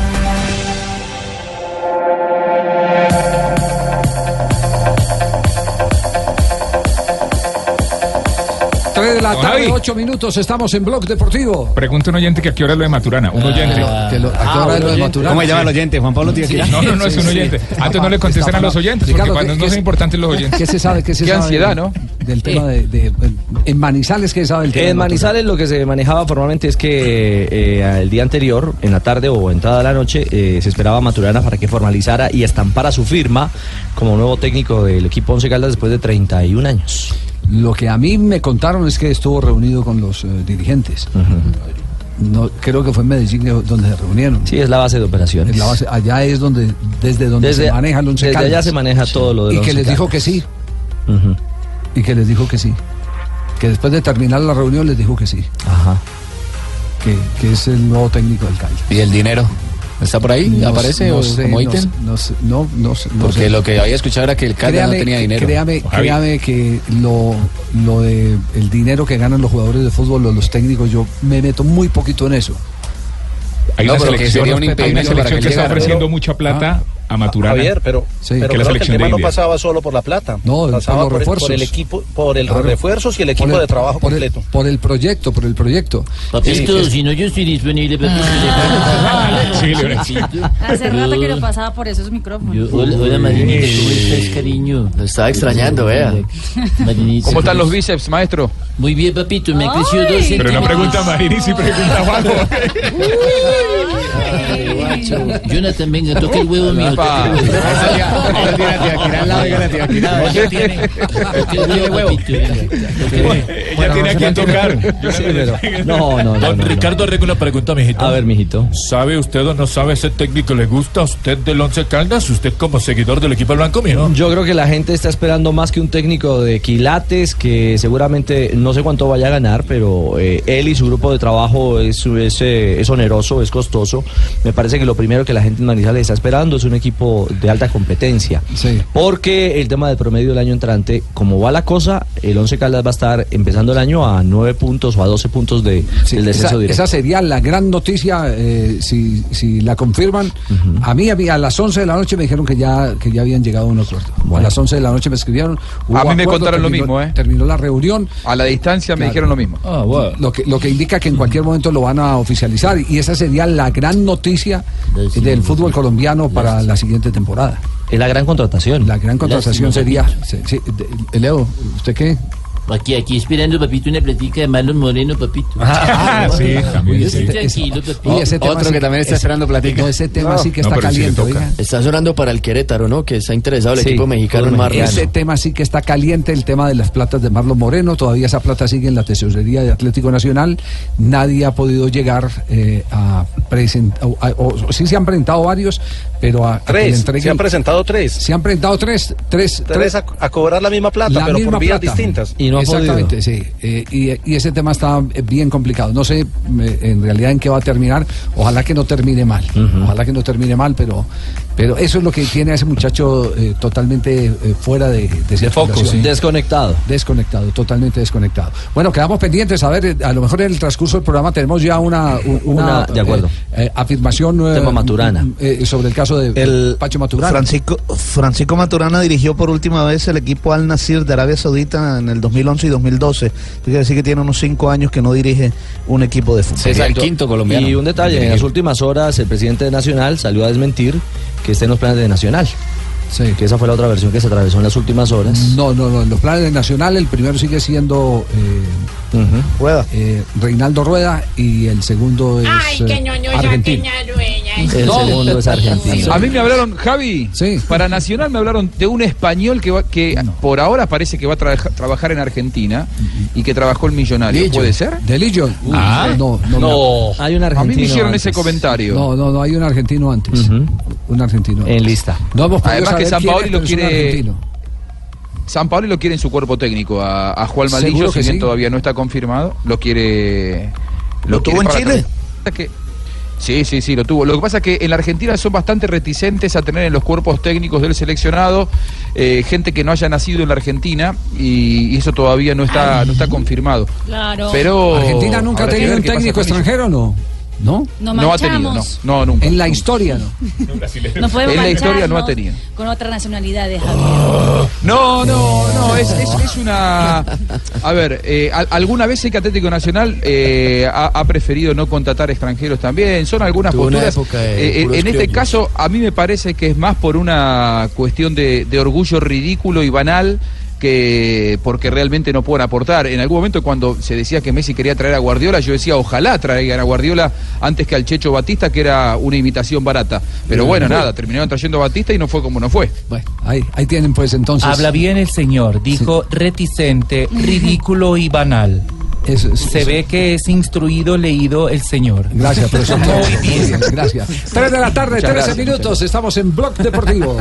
Speaker 5: 3 de la
Speaker 7: Don
Speaker 5: tarde,
Speaker 7: Javi.
Speaker 5: 8 minutos, estamos en Blog Deportivo.
Speaker 7: Pregunta a un oyente que a qué hora es lo de Maturana. Un oyente.
Speaker 5: Ah. que lo- a qué hora es lo de Maturana.
Speaker 7: ¿Cómo se llama el Ah, oyente?
Speaker 2: Juan Pablo tiene que-
Speaker 7: No, no, no es
Speaker 2: Sí,
Speaker 7: un
Speaker 2: sí.
Speaker 7: oyente.
Speaker 5: Ah,
Speaker 2: Está
Speaker 7: Antes no
Speaker 2: mal,
Speaker 7: le contesten
Speaker 2: está
Speaker 7: a los
Speaker 2: mal.
Speaker 7: oyentes,
Speaker 5: Ricardo,
Speaker 7: porque cuando
Speaker 5: ¿qué-
Speaker 7: no
Speaker 5: qué
Speaker 7: son
Speaker 5: se-
Speaker 7: importantes los oyentes.
Speaker 5: ¿Qué se sabe? ¿Qué se sabe del- Del tema de, de- En Manizales, ¿qué se sabe el tema?
Speaker 9: En Manizales lo que se manejaba formalmente es que eh, el día anterior, en la tarde o entrada de la noche, eh, se esperaba a Maturana para que formalizara y estampara su firma como nuevo técnico del equipo Once Caldas después de 31 años.
Speaker 5: Lo que a mí me contaron es que estuvo reunido con los eh, dirigentes. No, creo que fue en Medellín que- donde se reunieron.
Speaker 9: Sí, es la base de operaciones.
Speaker 5: En la base- allá es donde, desde donde
Speaker 9: Desde-
Speaker 5: se maneja el once
Speaker 9: desde
Speaker 5: Caldas.
Speaker 9: allá se maneja todo lo del
Speaker 5: Y que
Speaker 9: Once
Speaker 5: les dijo
Speaker 9: Caldas.
Speaker 5: que sí. Y que les dijo que sí. Que después de terminar la reunión les dijo que sí.
Speaker 9: Ajá.
Speaker 5: Que, que es el nuevo técnico del Caldas.
Speaker 2: ¿Y el dinero? ¿Está por ahí?
Speaker 5: No
Speaker 2: ¿Aparece
Speaker 5: sé,
Speaker 2: o
Speaker 5: no sé,
Speaker 2: como
Speaker 5: no
Speaker 2: ítem?
Speaker 5: sé, No, sé, no, no sé, no
Speaker 2: Porque
Speaker 5: sé.
Speaker 2: lo que había escuchado era que el Caldas no
Speaker 5: Créame
Speaker 2: tenía
Speaker 5: que-
Speaker 2: dinero.
Speaker 5: Créame,
Speaker 2: Javi.
Speaker 5: créame que lo, lo de el dinero que ganan los jugadores de fútbol o los técnicos, yo me meto muy poquito en eso.
Speaker 7: Hay
Speaker 2: No,
Speaker 7: una
Speaker 2: pero que
Speaker 7: selección,
Speaker 2: sería un
Speaker 7: hay una
Speaker 2: impedimento
Speaker 7: selección
Speaker 2: para que
Speaker 7: que está
Speaker 2: llegara.
Speaker 7: ofreciendo mucha plata
Speaker 2: Ah.
Speaker 7: a Maturana.
Speaker 19: Javier, pero, pero
Speaker 7: que
Speaker 19: creo
Speaker 7: la
Speaker 19: Ah. que el
Speaker 7: selección
Speaker 19: tema
Speaker 7: de
Speaker 19: no
Speaker 7: India.
Speaker 19: pasaba solo por la plata.
Speaker 5: No, el- por
Speaker 19: pasaba
Speaker 5: los
Speaker 19: por, el- por
Speaker 5: refuerzos.
Speaker 19: el equipo, por el
Speaker 5: Claro.
Speaker 19: refuerzos y el equipo
Speaker 5: Por el-
Speaker 19: de trabajo
Speaker 5: por el-
Speaker 19: completo.
Speaker 5: por el proyecto, por el proyecto. Eh,
Speaker 4: Papito, si no, yo estoy disponible. pues, papito.
Speaker 6: Sí, Hace rato que no pasaba por esos micrófonos.
Speaker 4: Yo- hola, hola, Marinita, ¿cómo estás, cariño? Lo estaba
Speaker 13: extrañando, vea. ¿Cómo están los bíceps, maestro?
Speaker 4: Muy bien, papito, me ha crecido dos
Speaker 13: Ay. Pero no
Speaker 4: centímetros.
Speaker 13: pregunta a Marini, sí pregunta a Juanjo.
Speaker 4: Ay, guacho. Jonathan, venga, toca el huevo mío. toca el huevo. Ya tiene. Toca el huevo, papito, venga.
Speaker 9: Ella tiene a quien tocar. No, no, no.
Speaker 8: Don Ricardo Rego le pregunta, mijito.
Speaker 9: A ver, mijito.
Speaker 8: ¿Sabe usted o no sabe ese técnico? ¿Le gusta a usted del Once Caldas? ¿Usted como seguidor del equipo blanco, mijo?
Speaker 9: Yo creo que la gente está esperando más que un técnico de quilates, que seguramente no sé cuánto vaya a ganar, pero eh, él y su grupo de trabajo es, es, eh, es oneroso, es costoso. Me parece que lo primero que la gente en Manizales está esperando es un equipo de alta competencia. Porque el tema del promedio del año entrante, como va la cosa, el Once Caldas va a estar empezando el año a 9 puntos o a 12 puntos de, del descenso
Speaker 5: Esa,
Speaker 9: directo.
Speaker 5: esa sería la gran noticia eh, si, si la confirman. a, mí, a mí, a las 11 de la noche me dijeron que ya, que ya habían llegado a un acuerdo. A las 11 de la noche me escribieron. hubo
Speaker 13: A mí me
Speaker 5: acuerdo,
Speaker 13: contaron lo
Speaker 5: terminó-
Speaker 13: mismo, ¿eh?
Speaker 5: Terminó la reunión.
Speaker 13: A la distancia me
Speaker 5: Claro.
Speaker 13: dijeron lo mismo.
Speaker 5: lo, que, lo que indica que en cualquier momento lo van a oficializar y esa sería la gran noticia del fútbol colombiano para la siguiente temporada.
Speaker 9: Es la gran contratación.
Speaker 5: La gran contratación sería...
Speaker 4: Lástima,
Speaker 5: se- se- de- Leo, ¿usted qué?
Speaker 4: Aquí, aquí esperando, papito, una platica de Marlon Moreno, papito.
Speaker 5: Ah, sí, también,
Speaker 4: Yo
Speaker 5: sí.
Speaker 4: estoy
Speaker 5: Ese-
Speaker 4: tranquilo,
Speaker 5: ese-
Speaker 4: papito.
Speaker 5: y ese tema Ah, Otro sí que que- también está ese- esperando platica. no, ese tema sí que No, está pero sí le caliente, toca. oiga.
Speaker 4: Está sonando para el Querétaro, ¿no? Que está interesado el
Speaker 5: Sí,
Speaker 4: equipo mexicano en Marlon.
Speaker 5: Ese tema sí que está caliente, el tema de las platas de Marlon Moreno, todavía esa plata sigue en la tesorería de Atlético Nacional, nadie ha podido llegar eh, a presentar, o, o- sí se han presentado varios, pero a, a que le
Speaker 19: Tres,
Speaker 5: entreguen-
Speaker 19: se han presentado tres.
Speaker 5: Se han presentado tres, tres,
Speaker 19: Tres a, a cobrar la misma plata,
Speaker 5: la
Speaker 19: pero
Speaker 5: misma
Speaker 19: por vías
Speaker 5: plata.
Speaker 19: distintas.
Speaker 5: Exactamente, sí. Eh, y, y ese tema está eh, bien complicado. No sé eh, en realidad en qué va a terminar. Ojalá que no termine mal. Ojalá que no termine mal, pero, pero eso es lo que tiene a ese muchacho eh, totalmente eh, fuera de, de,
Speaker 9: foco,
Speaker 5: circulación.
Speaker 9: sí. Desconectado.
Speaker 5: Desconectado, totalmente desconectado. Bueno, quedamos pendientes. A ver, eh, a lo mejor en el transcurso del programa tenemos ya una, u-
Speaker 9: Una, de acuerdo.
Speaker 5: eh, eh, afirmación eh,
Speaker 9: Tema Maturana.
Speaker 5: eh, sobre el caso de
Speaker 10: El-
Speaker 5: Pacho Maturana.
Speaker 10: Francisco, Francisco Maturana dirigió por última vez el equipo Al Nasir de Arabia Saudita en el 2011 y 2012. Eso Quiere decir que tiene unos cinco años que no dirige un equipo de fútbol.
Speaker 9: Y un detalle, en las últimas horas el presidente de Nacional salió a desmentir que esté en los planes de Nacional.
Speaker 5: Sí.
Speaker 9: Que esa fue la otra versión que se atravesó en las últimas horas.
Speaker 5: No, no, no. En los planes de Nacional, el primero sigue siendo. eh, eh, Reinaldo Rueda y el segundo es. eh, argentino.
Speaker 13: El segundo es
Speaker 5: argentino.
Speaker 13: A mí me hablaron, Javi, para Nacional me hablaron de un español que, va- que por ahora parece que va a traja- trabajar en Argentina y que trabajó el millonario.
Speaker 5: Lillo.
Speaker 13: ¿Puede ser?
Speaker 5: ¿De Lillo? Uy,
Speaker 13: Ah.
Speaker 5: No, no,
Speaker 13: No.
Speaker 5: Hay un
Speaker 13: A mí me
Speaker 5: argentino
Speaker 13: hicieron
Speaker 5: antes.
Speaker 13: ese comentario.
Speaker 5: No, no, no, hay un argentino antes. Un argentino. En
Speaker 9: lista.
Speaker 5: No hemos podido
Speaker 13: Además que
Speaker 5: saber
Speaker 13: San
Speaker 5: quién es,
Speaker 13: Paoli lo
Speaker 5: pero es un
Speaker 13: quiere.
Speaker 5: argentino.
Speaker 13: San Paoli lo quiere en su cuerpo técnico a, a Juan
Speaker 5: Seguro
Speaker 13: Maldillo,
Speaker 5: que
Speaker 13: si bien
Speaker 5: sí.
Speaker 13: todavía no está confirmado, lo quiere. ¿Lo,
Speaker 10: tuvo en
Speaker 13: para
Speaker 10: Chile?
Speaker 13: la- que- Sí, sí, sí, lo tuvo. Lo que pasa es que en la Argentina son bastante reticentes a tener en los cuerpos técnicos del seleccionado eh, gente que no haya nacido en la Argentina y, y eso todavía no está, no está confirmado.
Speaker 6: Claro.
Speaker 13: Pero
Speaker 5: ¿Argentina nunca ha
Speaker 13: habrá que
Speaker 5: tenido
Speaker 13: ver
Speaker 5: un
Speaker 13: qué pasa
Speaker 5: técnico
Speaker 13: con ellos.
Speaker 5: extranjero no? ¿No?
Speaker 6: No
Speaker 13: No ha tenido, no.
Speaker 6: manchamos.
Speaker 13: No, nunca.
Speaker 5: En la historia, ¿no.
Speaker 6: No podemos
Speaker 13: en la historia no ha
Speaker 6: mancharnos
Speaker 13: tenido.
Speaker 6: Con otra nacionalidad de Javier.
Speaker 13: No, no, no, es, es- es una... A ver, eh, al- alguna vez el Atlético Nacional eh, ha, ha preferido no contratar extranjeros también, son algunas
Speaker 2: Tuvo una
Speaker 13: posturas...
Speaker 2: época de
Speaker 13: Eh, eh,
Speaker 2: puros
Speaker 13: en este
Speaker 2: criollos.
Speaker 13: caso, a mí me parece que es más por una cuestión de, de orgullo ridículo y banal que porque realmente no pueden aportar. En algún momento cuando se decía que Messi quería traer a Guardiola, yo decía, ojalá traigan a Guardiola antes que al Checho Batista, que era una imitación barata. Pero bueno, nada, terminaron trayendo a Batista y no fue como no fue.
Speaker 5: Ahí, ahí tienen pues entonces.
Speaker 18: Habla bien el señor, dijo reticente, ridículo y banal. Se ve que es instruido, leído el señor.
Speaker 5: Gracias, profesor.
Speaker 18: Muy
Speaker 5: Muy bien, gracias. 3 de la tarde,
Speaker 18: Muchas
Speaker 5: 13
Speaker 18: gracias,
Speaker 5: minutos. Estamos en Blog Deportivo.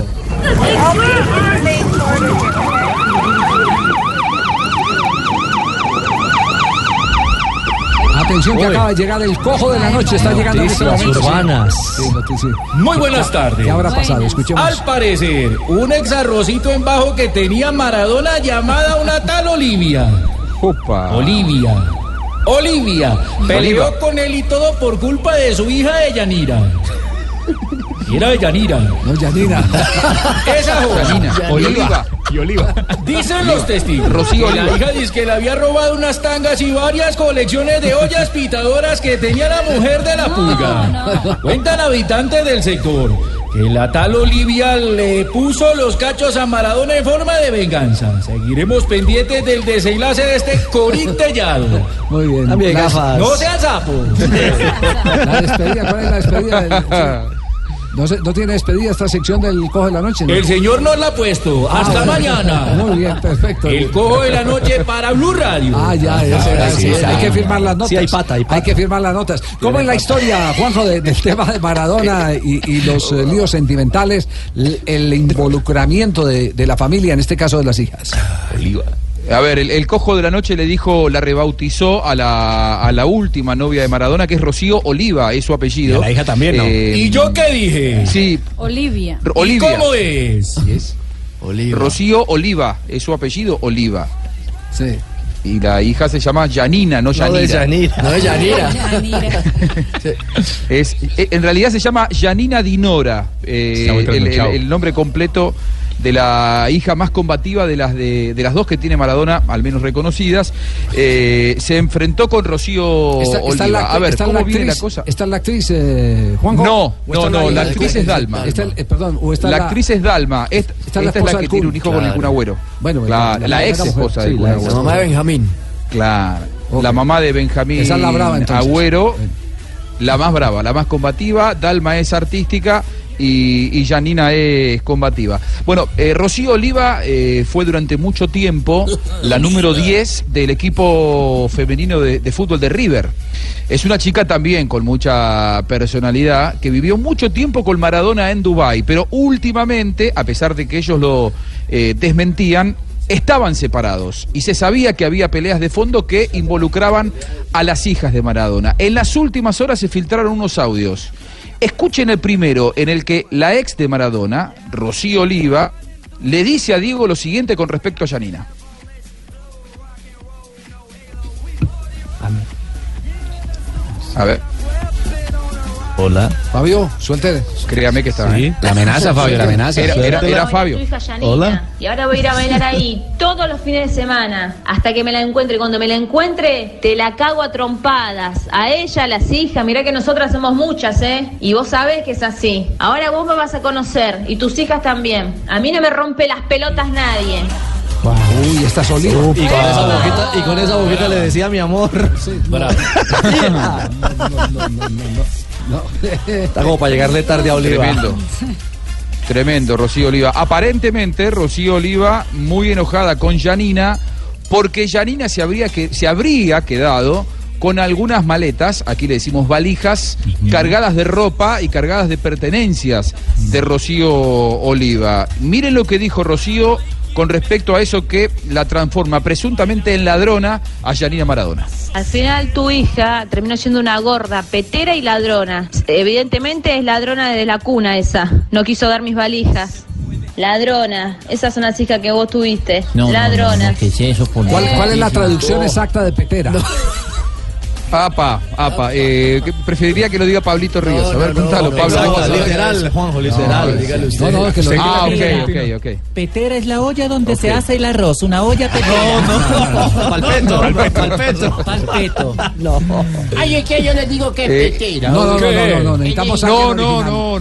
Speaker 5: Atención que acaba de llegar el cojo de la noche. Está llegando en
Speaker 2: Noticias
Speaker 5: este momento.
Speaker 2: urbanas.
Speaker 5: Sí, noticias.
Speaker 2: Muy buenas tardes.
Speaker 5: ¿Qué habrá pasado? Escuchemos.
Speaker 2: Al parecer, un ex arrocito en bajo que tenía Maradona llamada una tal Olivia. Olivia. Olivia. Peleó
Speaker 18: Oliva.
Speaker 2: con él y todo por culpa de su hija de Yanira. Y era de Yanira.
Speaker 5: No, Yanira.
Speaker 2: Esa
Speaker 13: Yanina.
Speaker 2: joven.
Speaker 13: Oliva.
Speaker 2: Y Oliva. Dicen los testigos.
Speaker 13: Rocío
Speaker 2: que La
Speaker 13: Oliva.
Speaker 2: hija dice que le había robado unas tangas y varias colecciones de ollas pitadoras que tenía la mujer de la pulga. Cuentan habitantes del sector que la tal Olivia le puso los cachos a Maradona en forma de venganza. Seguiremos pendientes del desenlace de este corintellado.
Speaker 5: Muy bien.
Speaker 9: Cambie de
Speaker 5: La-
Speaker 9: gafas.
Speaker 2: No seas sapo.
Speaker 5: La despedida, ¿cuál es la despedida? del- No, sé, no tiene despedida esta sección del cojo de la noche. ¿no?
Speaker 2: El señor nos la ha puesto. Hasta
Speaker 5: Ah,
Speaker 2: mañana.
Speaker 5: Muy bien, perfecto.
Speaker 2: El cojo de la noche para Blue Radio.
Speaker 5: Ah, ya, ya,
Speaker 2: Ahora
Speaker 5: ya,
Speaker 2: sí,
Speaker 5: sí,
Speaker 2: está.
Speaker 5: hay que firmar las notas.
Speaker 2: Sí, hay pata, hay
Speaker 5: que firmar las notas. Como en la historia, Juanjo, de- del tema de Maradona y, y los eh, líos sentimentales, l- el involucramiento de, de la familia, en este caso de las hijas?
Speaker 13: A ver, el, el cojo de la noche le dijo, la rebautizó a la, a la última novia de Maradona, que es Rocío Oliva, es su apellido. Eh,
Speaker 2: Y a la hija también, ¿no? ¿Y yo qué dije?
Speaker 13: Sí,
Speaker 6: Olivia.
Speaker 13: R- Olivia.
Speaker 2: cómo es?
Speaker 13: Rocío Oliva, es su apellido Oliva.
Speaker 5: Sí.
Speaker 13: Y la hija se llama Janina, no Yanira.
Speaker 2: de Yanira. No de Yanira.
Speaker 13: Es, eh, en realidad se llama Janina Dinora, eh,
Speaker 2: Está muy
Speaker 13: el, el-
Speaker 2: trasnochado.
Speaker 13: el nombre completo de la hija más combativa de las de, de las dos que tiene Maradona, al menos reconocidas, Eh, se enfrentó con Rocío
Speaker 5: Está,
Speaker 13: Oliva.
Speaker 5: está la,
Speaker 13: A ver,
Speaker 5: está
Speaker 13: ¿cómo
Speaker 5: la
Speaker 13: viene la
Speaker 5: actriz,
Speaker 13: cosa?
Speaker 5: está la actriz eh, Juanjo.
Speaker 13: No,
Speaker 5: ¿O
Speaker 13: no,
Speaker 5: está
Speaker 13: no, la actriz es Dalma.
Speaker 5: Está el- eh, perdón, o está
Speaker 13: la, actriz es Dalma, esta,
Speaker 5: está la
Speaker 13: esta es
Speaker 5: esposa
Speaker 13: la que
Speaker 5: del
Speaker 13: tiene
Speaker 5: Kun.
Speaker 13: un hijo con el
Speaker 5: Claro.
Speaker 13: Kun Agüero.
Speaker 5: Bueno,
Speaker 13: la,
Speaker 5: la-
Speaker 13: la,
Speaker 5: la
Speaker 13: ex
Speaker 5: mujer.
Speaker 13: esposa
Speaker 5: Sí,
Speaker 13: del
Speaker 5: la
Speaker 13: Kun
Speaker 5: ex-
Speaker 13: Agüero.
Speaker 5: la mamá de
Speaker 2: Benjamín.
Speaker 13: Claro. La mamá de Benjamín
Speaker 5: Esa es la brava, entonces.
Speaker 13: Agüero, la más brava, la más combativa, Dalma es artística y, y Janina es combativa. Bueno, eh, Rocío Oliva eh, fue durante mucho tiempo la número 10 del equipo femenino de, de fútbol de River. Es una chica también con mucha personalidad que vivió mucho tiempo con Maradona en Dubái, pero últimamente, a pesar de que ellos lo eh, desmentían, estaban separados y se sabía que había peleas de fondo que involucraban a las hijas de Maradona. En las últimas horas se filtraron unos audios. Escuchen el primero, en el que la ex de Maradona, Rocío Oliva, le dice a Diego lo siguiente con respecto a Yanina. A ver,
Speaker 9: Hola.
Speaker 5: Fabio, suelte.
Speaker 13: créame que estaba.
Speaker 9: Sí.
Speaker 13: ¿eh?
Speaker 9: La amenaza, Fabio, la amenaza.
Speaker 13: Era, era- era
Speaker 3: Soy
Speaker 13: Fabio.
Speaker 3: tu hija Yanina,
Speaker 13: Hola.
Speaker 3: Y ahora voy a ir a bailar ahí todos los fines de semana hasta que me la encuentre. Y Cuando me la encuentre, te la cago a trompadas. A ella, a las hijas. Mirá que nosotras somos muchas, ¿eh? Y vos sabés que es así. Ahora vos me vas a conocer y tus hijas también. A mí no me rompe las pelotas nadie.
Speaker 5: Uy, está solito.
Speaker 9: Y con, esa boquita, y con esa boquita le decía mi amor.
Speaker 13: Está
Speaker 9: como para llegarle tarde a Oliva.
Speaker 13: Tremendo. Tremendo, Rocío Oliva. Aparentemente, Rocío Oliva muy enojada con Yanina porque Yanina se, habría que, se habría quedado con algunas maletas, aquí le decimos valijas, cargadas de ropa y cargadas de pertenencias de Rocío Oliva. Miren lo que dijo Rocío con respecto a eso que la transforma presuntamente en ladrona a Yanina Maradona.
Speaker 3: Al final tu hija terminó siendo una gorda, petera y ladrona. Evidentemente es ladrona desde la cuna esa. No quiso dar mis valijas. Ladrona. Esas son las hijas que vos tuviste.
Speaker 4: No, no, no,
Speaker 3: Ladrona.
Speaker 4: no, ¿qué es eso, por
Speaker 5: ¿Cuál,
Speaker 4: Dios?
Speaker 5: cuál es la
Speaker 4: No.
Speaker 5: traducción exacta de petera?
Speaker 13: Apa, apa. Eh, que- preferiría que lo diga Pablito Ríos. A ver,
Speaker 9: no, no,
Speaker 13: contalo, Pablo.
Speaker 9: exacto,
Speaker 13: Vamos a ver.
Speaker 9: literal, Juanjo, literal, dígale usted.
Speaker 13: No, no, que lo-
Speaker 9: Sí.
Speaker 13: Ah, ok, ok,
Speaker 18: Petera.
Speaker 13: ok.
Speaker 18: Petera es la olla donde se hace el arroz, una olla petera. No, no,
Speaker 9: palpeto,
Speaker 18: palpeto. Palpeto. No.
Speaker 17: Ay, es que yo les digo que
Speaker 18: Eh,
Speaker 17: es petera.
Speaker 5: No, no, no, no, no, no, necesitamos
Speaker 17: No,
Speaker 5: alguien
Speaker 17: no,
Speaker 5: original.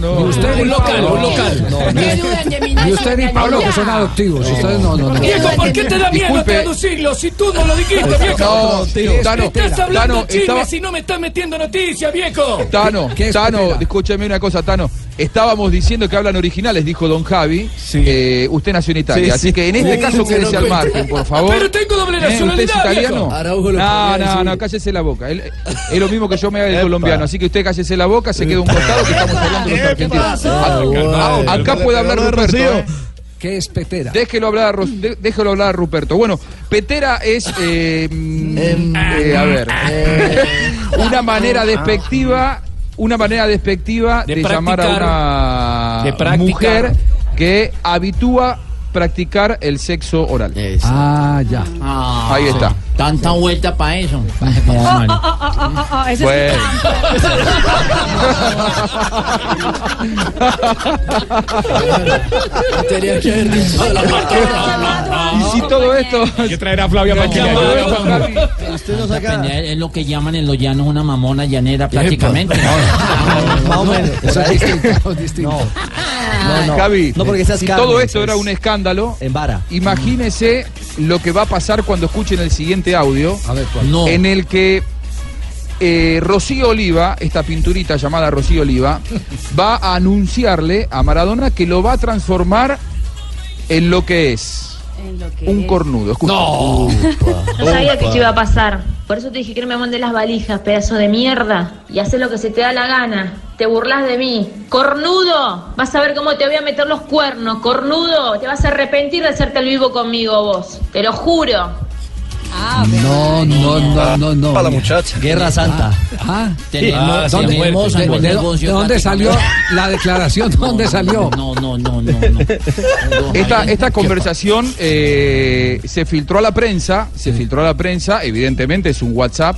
Speaker 17: no, no.
Speaker 5: Ni usted ni
Speaker 17: Un local,
Speaker 5: Pablo.
Speaker 17: un local.
Speaker 5: No, no,
Speaker 17: ¿Qué
Speaker 5: ni-
Speaker 17: dudan de mi
Speaker 5: Ni usted ni Pablo, que son adoptivos. Ustedes no, no, no.
Speaker 17: Diego, ¿por qué
Speaker 2: te da miedo
Speaker 5: Disculpe.
Speaker 2: traducirlo si tú no lo dijiste,
Speaker 5: No,
Speaker 2: viejo?
Speaker 5: no, tío,
Speaker 2: Me
Speaker 5: Tano,
Speaker 2: estás hablando
Speaker 13: Tano,
Speaker 2: chisme
Speaker 13: estaba-
Speaker 2: si no me estás metiendo noticias, viejo.
Speaker 13: Tano, Tano, escúchame una cosa, Tano. Estábamos diciendo que hablan originales, dijo Don Javi. Eh, usted nació en Italia,
Speaker 2: Sí,
Speaker 13: así
Speaker 2: sí.
Speaker 13: que en este
Speaker 2: Sí,
Speaker 13: caso
Speaker 2: sí,
Speaker 13: quédese
Speaker 2: sí,
Speaker 13: al
Speaker 2: no cuente.
Speaker 13: margen, por favor.
Speaker 2: Pero tengo doble
Speaker 13: ¿Eh? ¿Usted es
Speaker 2: nacionalidad,
Speaker 13: italiano?
Speaker 2: viejo. Araujo lo
Speaker 13: No,
Speaker 2: podría
Speaker 13: no,
Speaker 2: decir.
Speaker 13: no, cállese la boca. Él- eh, es lo mismo que yo me haga el colombiano, así que usted cállese la boca, se queda un costado que estamos hablando de los argentinos. Ah, ah, Acá puede hablar Ruperto. ¿eh?
Speaker 5: ¿Qué es petera?
Speaker 13: Déjelo hablar, a Ros- de- déjelo hablar a Ruperto. Bueno, Petera es, eh, mm,
Speaker 2: Em,
Speaker 13: eh, a ver, una manera despectiva, una manera despectiva de,
Speaker 18: De
Speaker 13: llamar a
Speaker 18: practicar. De
Speaker 13: una
Speaker 18: practicar.
Speaker 13: mujer que habitúa practicar el sexo oral.
Speaker 5: Ah, ya.
Speaker 13: Ahí
Speaker 24: sí.
Speaker 13: está.
Speaker 24: Tanta vuelta para eso.
Speaker 23: Oh,
Speaker 2: Ah.
Speaker 13: Bueno.
Speaker 24: Y
Speaker 13: si todo esto.
Speaker 24: ¿Qué traerá Flavia
Speaker 13: Usted
Speaker 24: no saca. Es lo que llaman en los llanos una mamona llanera prácticamente.
Speaker 9: Más o menos.
Speaker 24: Eso es
Speaker 5: distinto, distinto.
Speaker 9: No, no.
Speaker 13: Javi,
Speaker 9: No, porque esas
Speaker 13: si
Speaker 9: carnes,
Speaker 13: todo esto era
Speaker 9: es-
Speaker 13: un escándalo,
Speaker 9: En vara.
Speaker 13: imagínese lo que va a pasar cuando escuchen el siguiente audio, en el que eh, Rocío Oliva, esta pinturita llamada Rocío Oliva, va a anunciarle a Maradona que lo va a transformar en lo que es. un cornudo. Escucha.
Speaker 3: No sabía que esto iba a pasar. Por eso te dije que no me mandes las valijas, pedazo de mierda. Y haces lo que se te da la gana. Te burlas de mí. Cornudo, vas a ver cómo te voy a meter los cuernos. Cornudo, te vas a arrepentir de hacerte el vivo conmigo vos. Te lo juro.
Speaker 5: No, Oh, no, no, no, no. Para la muchacha.
Speaker 9: Guerra Santa.
Speaker 5: Ah,
Speaker 24: Tenemos-
Speaker 5: Ah, sí,
Speaker 24: ¿dónde-
Speaker 5: muerto.
Speaker 24: de-
Speaker 5: ¿De-
Speaker 24: de-
Speaker 5: de- ¿De dónde salió la declaración? ¿Dónde salió?
Speaker 24: No, no, no, no.
Speaker 13: Esta, esta conversación eh, se filtró a la prensa, se filtró a la prensa, evidentemente es un WhatsApp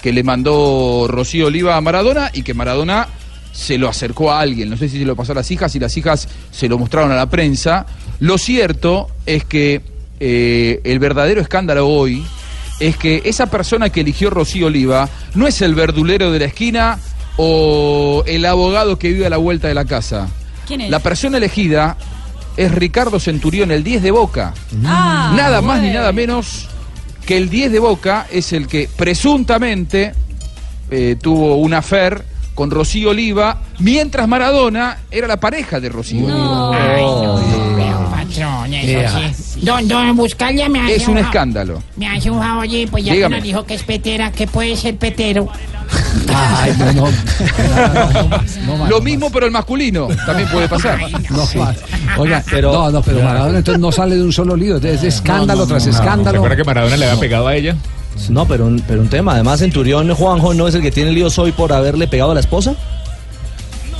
Speaker 13: que le mandó Rocío Oliva a Maradona y que Maradona se lo acercó a alguien, no sé si se lo pasó a las hijas y las hijas se lo mostraron a la prensa. Lo cierto es que eh, el verdadero escándalo hoy es que esa persona que eligió Rocío Oliva no es el verdulero de la esquina o el abogado que vive a la vuelta de la casa.
Speaker 6: ¿Quién es?
Speaker 13: La persona elegida es Ricardo Centurión, el 10 de Boca.
Speaker 6: Ah,
Speaker 13: nada más ni
Speaker 6: bueno.
Speaker 13: nada menos que el 10 de Boca es el que presuntamente eh, tuvo un affair con Rocío Oliva, mientras Maradona era la pareja de Rocío Oliva.
Speaker 17: patrón,
Speaker 13: Vea.
Speaker 17: sí. Don, don, buscarle me hace
Speaker 13: eh, ah. Es un
Speaker 17: ja-
Speaker 13: escándalo.
Speaker 17: Me hace un favor, oye, pues ya
Speaker 13: Dígame.
Speaker 17: que nos dijo que es petera, que puede ser petero.
Speaker 5: Ay, no, no.
Speaker 13: Lo mismo pero el masculino también puede pasar.
Speaker 5: No, Oiga, no, no, pero Maradona entonces no sale de un solo lío, es de- es escándalo tras escándalo.
Speaker 9: ¿Recuerda que Maradona le había
Speaker 5: pegado a ella?
Speaker 9: No, pero un, pero un tema. Además, Centurión Juanjo no es el que tiene líos hoy por haberle pegado a la esposa.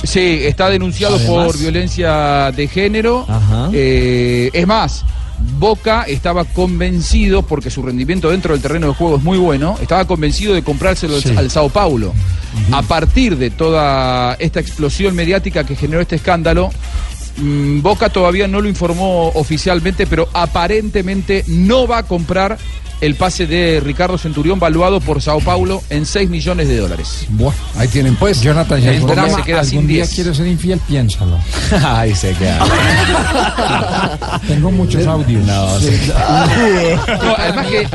Speaker 13: Sí, está denunciado
Speaker 9: Además.
Speaker 13: por violencia de género. Eh, es más, Boca estaba convencido, porque su rendimiento dentro del terreno de juego es muy bueno, estaba convencido de comprárselo al- al Sao Paulo. A partir de toda esta explosión mediática que generó este escándalo, mm, Boca todavía no lo informó oficialmente, pero aparentemente no va a comprar el pase de Ricardo Centurión valuado por Sao Paulo en 6 millones de dólares.
Speaker 5: Bueno, ahí tienen pues. Jonathan,
Speaker 13: El drama se queda sin
Speaker 12: algún día
Speaker 13: 10.
Speaker 12: quiero ser infiel, piénsalo.
Speaker 9: Ay, se queda.
Speaker 12: Tengo muchos audios.
Speaker 13: No, además que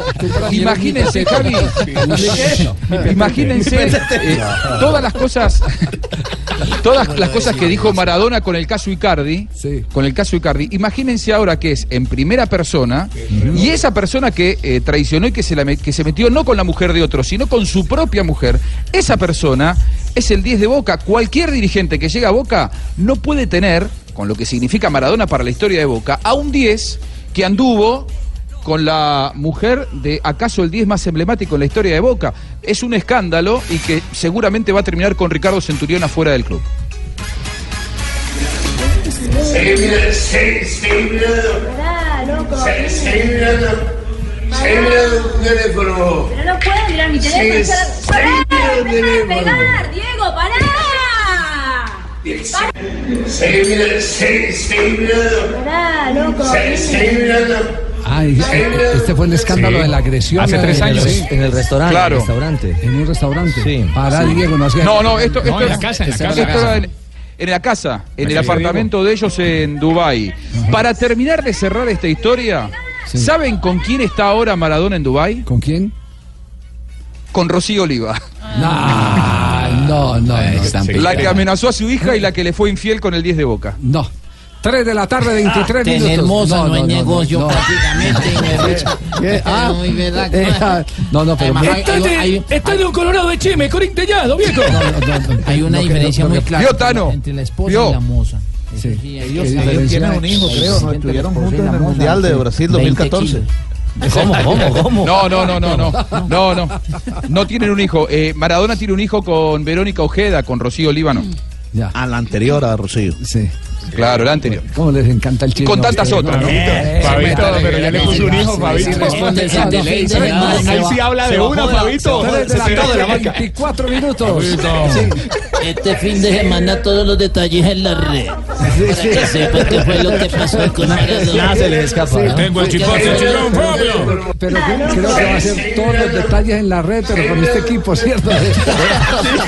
Speaker 13: imagínense, Javi, imagínense eh, todas las cosas, todas las cosas que dijo Maradona con el caso Icardi, con el caso Icardi. Imagínense ahora que es en primera persona y esa persona que eh, traicionó y que se, la me- que se metió no con la mujer de otro, sino con su propia mujer. Esa persona es el 10 de Boca. Cualquier dirigente que llega a Boca no puede tener, con lo que significa Maradona para la historia de Boca, a un 10 que anduvo con la mujer de acaso el 10 más emblemático en la historia de Boca. Es un escándalo y que seguramente va a terminar con Ricardo Centurión afuera del club.
Speaker 23: Seguí mirando, seguí mirando. Seguí mirando.
Speaker 12: un teléfono.
Speaker 3: Pero no puedo mirar mi teléfono.
Speaker 12: Sí,
Speaker 3: ya-
Speaker 12: sí,
Speaker 3: ¡Pará!
Speaker 12: mira
Speaker 3: ¡Me deja de
Speaker 12: el teléfono.
Speaker 3: pegar! ¡Diego, pará!
Speaker 12: Seguí mirando, seguí- seguí mirando.
Speaker 3: Pará, loco.
Speaker 12: Se- Seguí mirando.
Speaker 5: Ay, este fue el escándalo
Speaker 9: Sí.
Speaker 5: de la agresión.
Speaker 9: Hace
Speaker 5: eh,
Speaker 9: tres
Speaker 5: en el
Speaker 9: años.
Speaker 5: res- En el restaurante.
Speaker 9: Claro.
Speaker 5: En el restaurante. En un restaurante. Para
Speaker 13: Sí.
Speaker 5: Diego, no hacía-
Speaker 13: No, no, esto, esto
Speaker 5: en
Speaker 13: era-
Speaker 5: la casa, en la
Speaker 13: esto
Speaker 5: casa.
Speaker 13: era en- en la casa, en el
Speaker 5: Sí.
Speaker 13: apartamento de ellos en Dubái. Para terminar de cerrar esta historia, ¿saben con quién está ahora Maradona en Dubái?
Speaker 5: ¿Con quién?
Speaker 13: Con Rocío Oliva.
Speaker 5: No, no, no. no.
Speaker 13: La que amenazó a su hija y la que le fue infiel con el 10 de Boca.
Speaker 5: No. 3 de la tarde, 23
Speaker 13: tan
Speaker 5: minutos.
Speaker 13: hermosa, no hay
Speaker 5: negocio
Speaker 15: ¿Qué? Ah,
Speaker 5: Muy
Speaker 15: verdad.
Speaker 5: eh, ah, no, no, pero mira,
Speaker 15: Estás de, estás de un colorado de Chime, corinteñado, viejo.
Speaker 5: Hay
Speaker 15: una diferencia muy clara
Speaker 5: Yo
Speaker 15: entre la- entre la esposa y la moza. Sí,
Speaker 10: ellos tienen un hijo, creo, ¿no? Estuvieron juntos en el Mundial de Brasil 2014.
Speaker 13: ¿Cómo, cómo, cómo? No, no, no, no, no, no, no. No tienen un hijo. Eh, Maradona tiene un hijo con Verónica Ojeda, con Rocío Líbano.
Speaker 10: A Ah, la anterior a Rocío.
Speaker 5: Sí.
Speaker 13: Claro, la anterior.
Speaker 5: ¿Cómo les encanta el chiste?
Speaker 13: Con tantas otras. Eh, Fabito, pero ya le puso un hijo, Fabito. Ahí sí habla de una, Fabito.
Speaker 5: de la
Speaker 24: Se
Speaker 5: tarde,
Speaker 24: pega.
Speaker 5: 24 minutos.
Speaker 24: Este fin de semana todos los detalles en la red. Para que sepan qué fue lo que pasó con
Speaker 25: Ah,
Speaker 24: Maradona.
Speaker 9: se le escapa.
Speaker 24: Tengo el chipote, el chilón, Pablo.
Speaker 5: Pero creo creo que va a ser todos los detalles en la red, pero con este equipo, ¿cierto?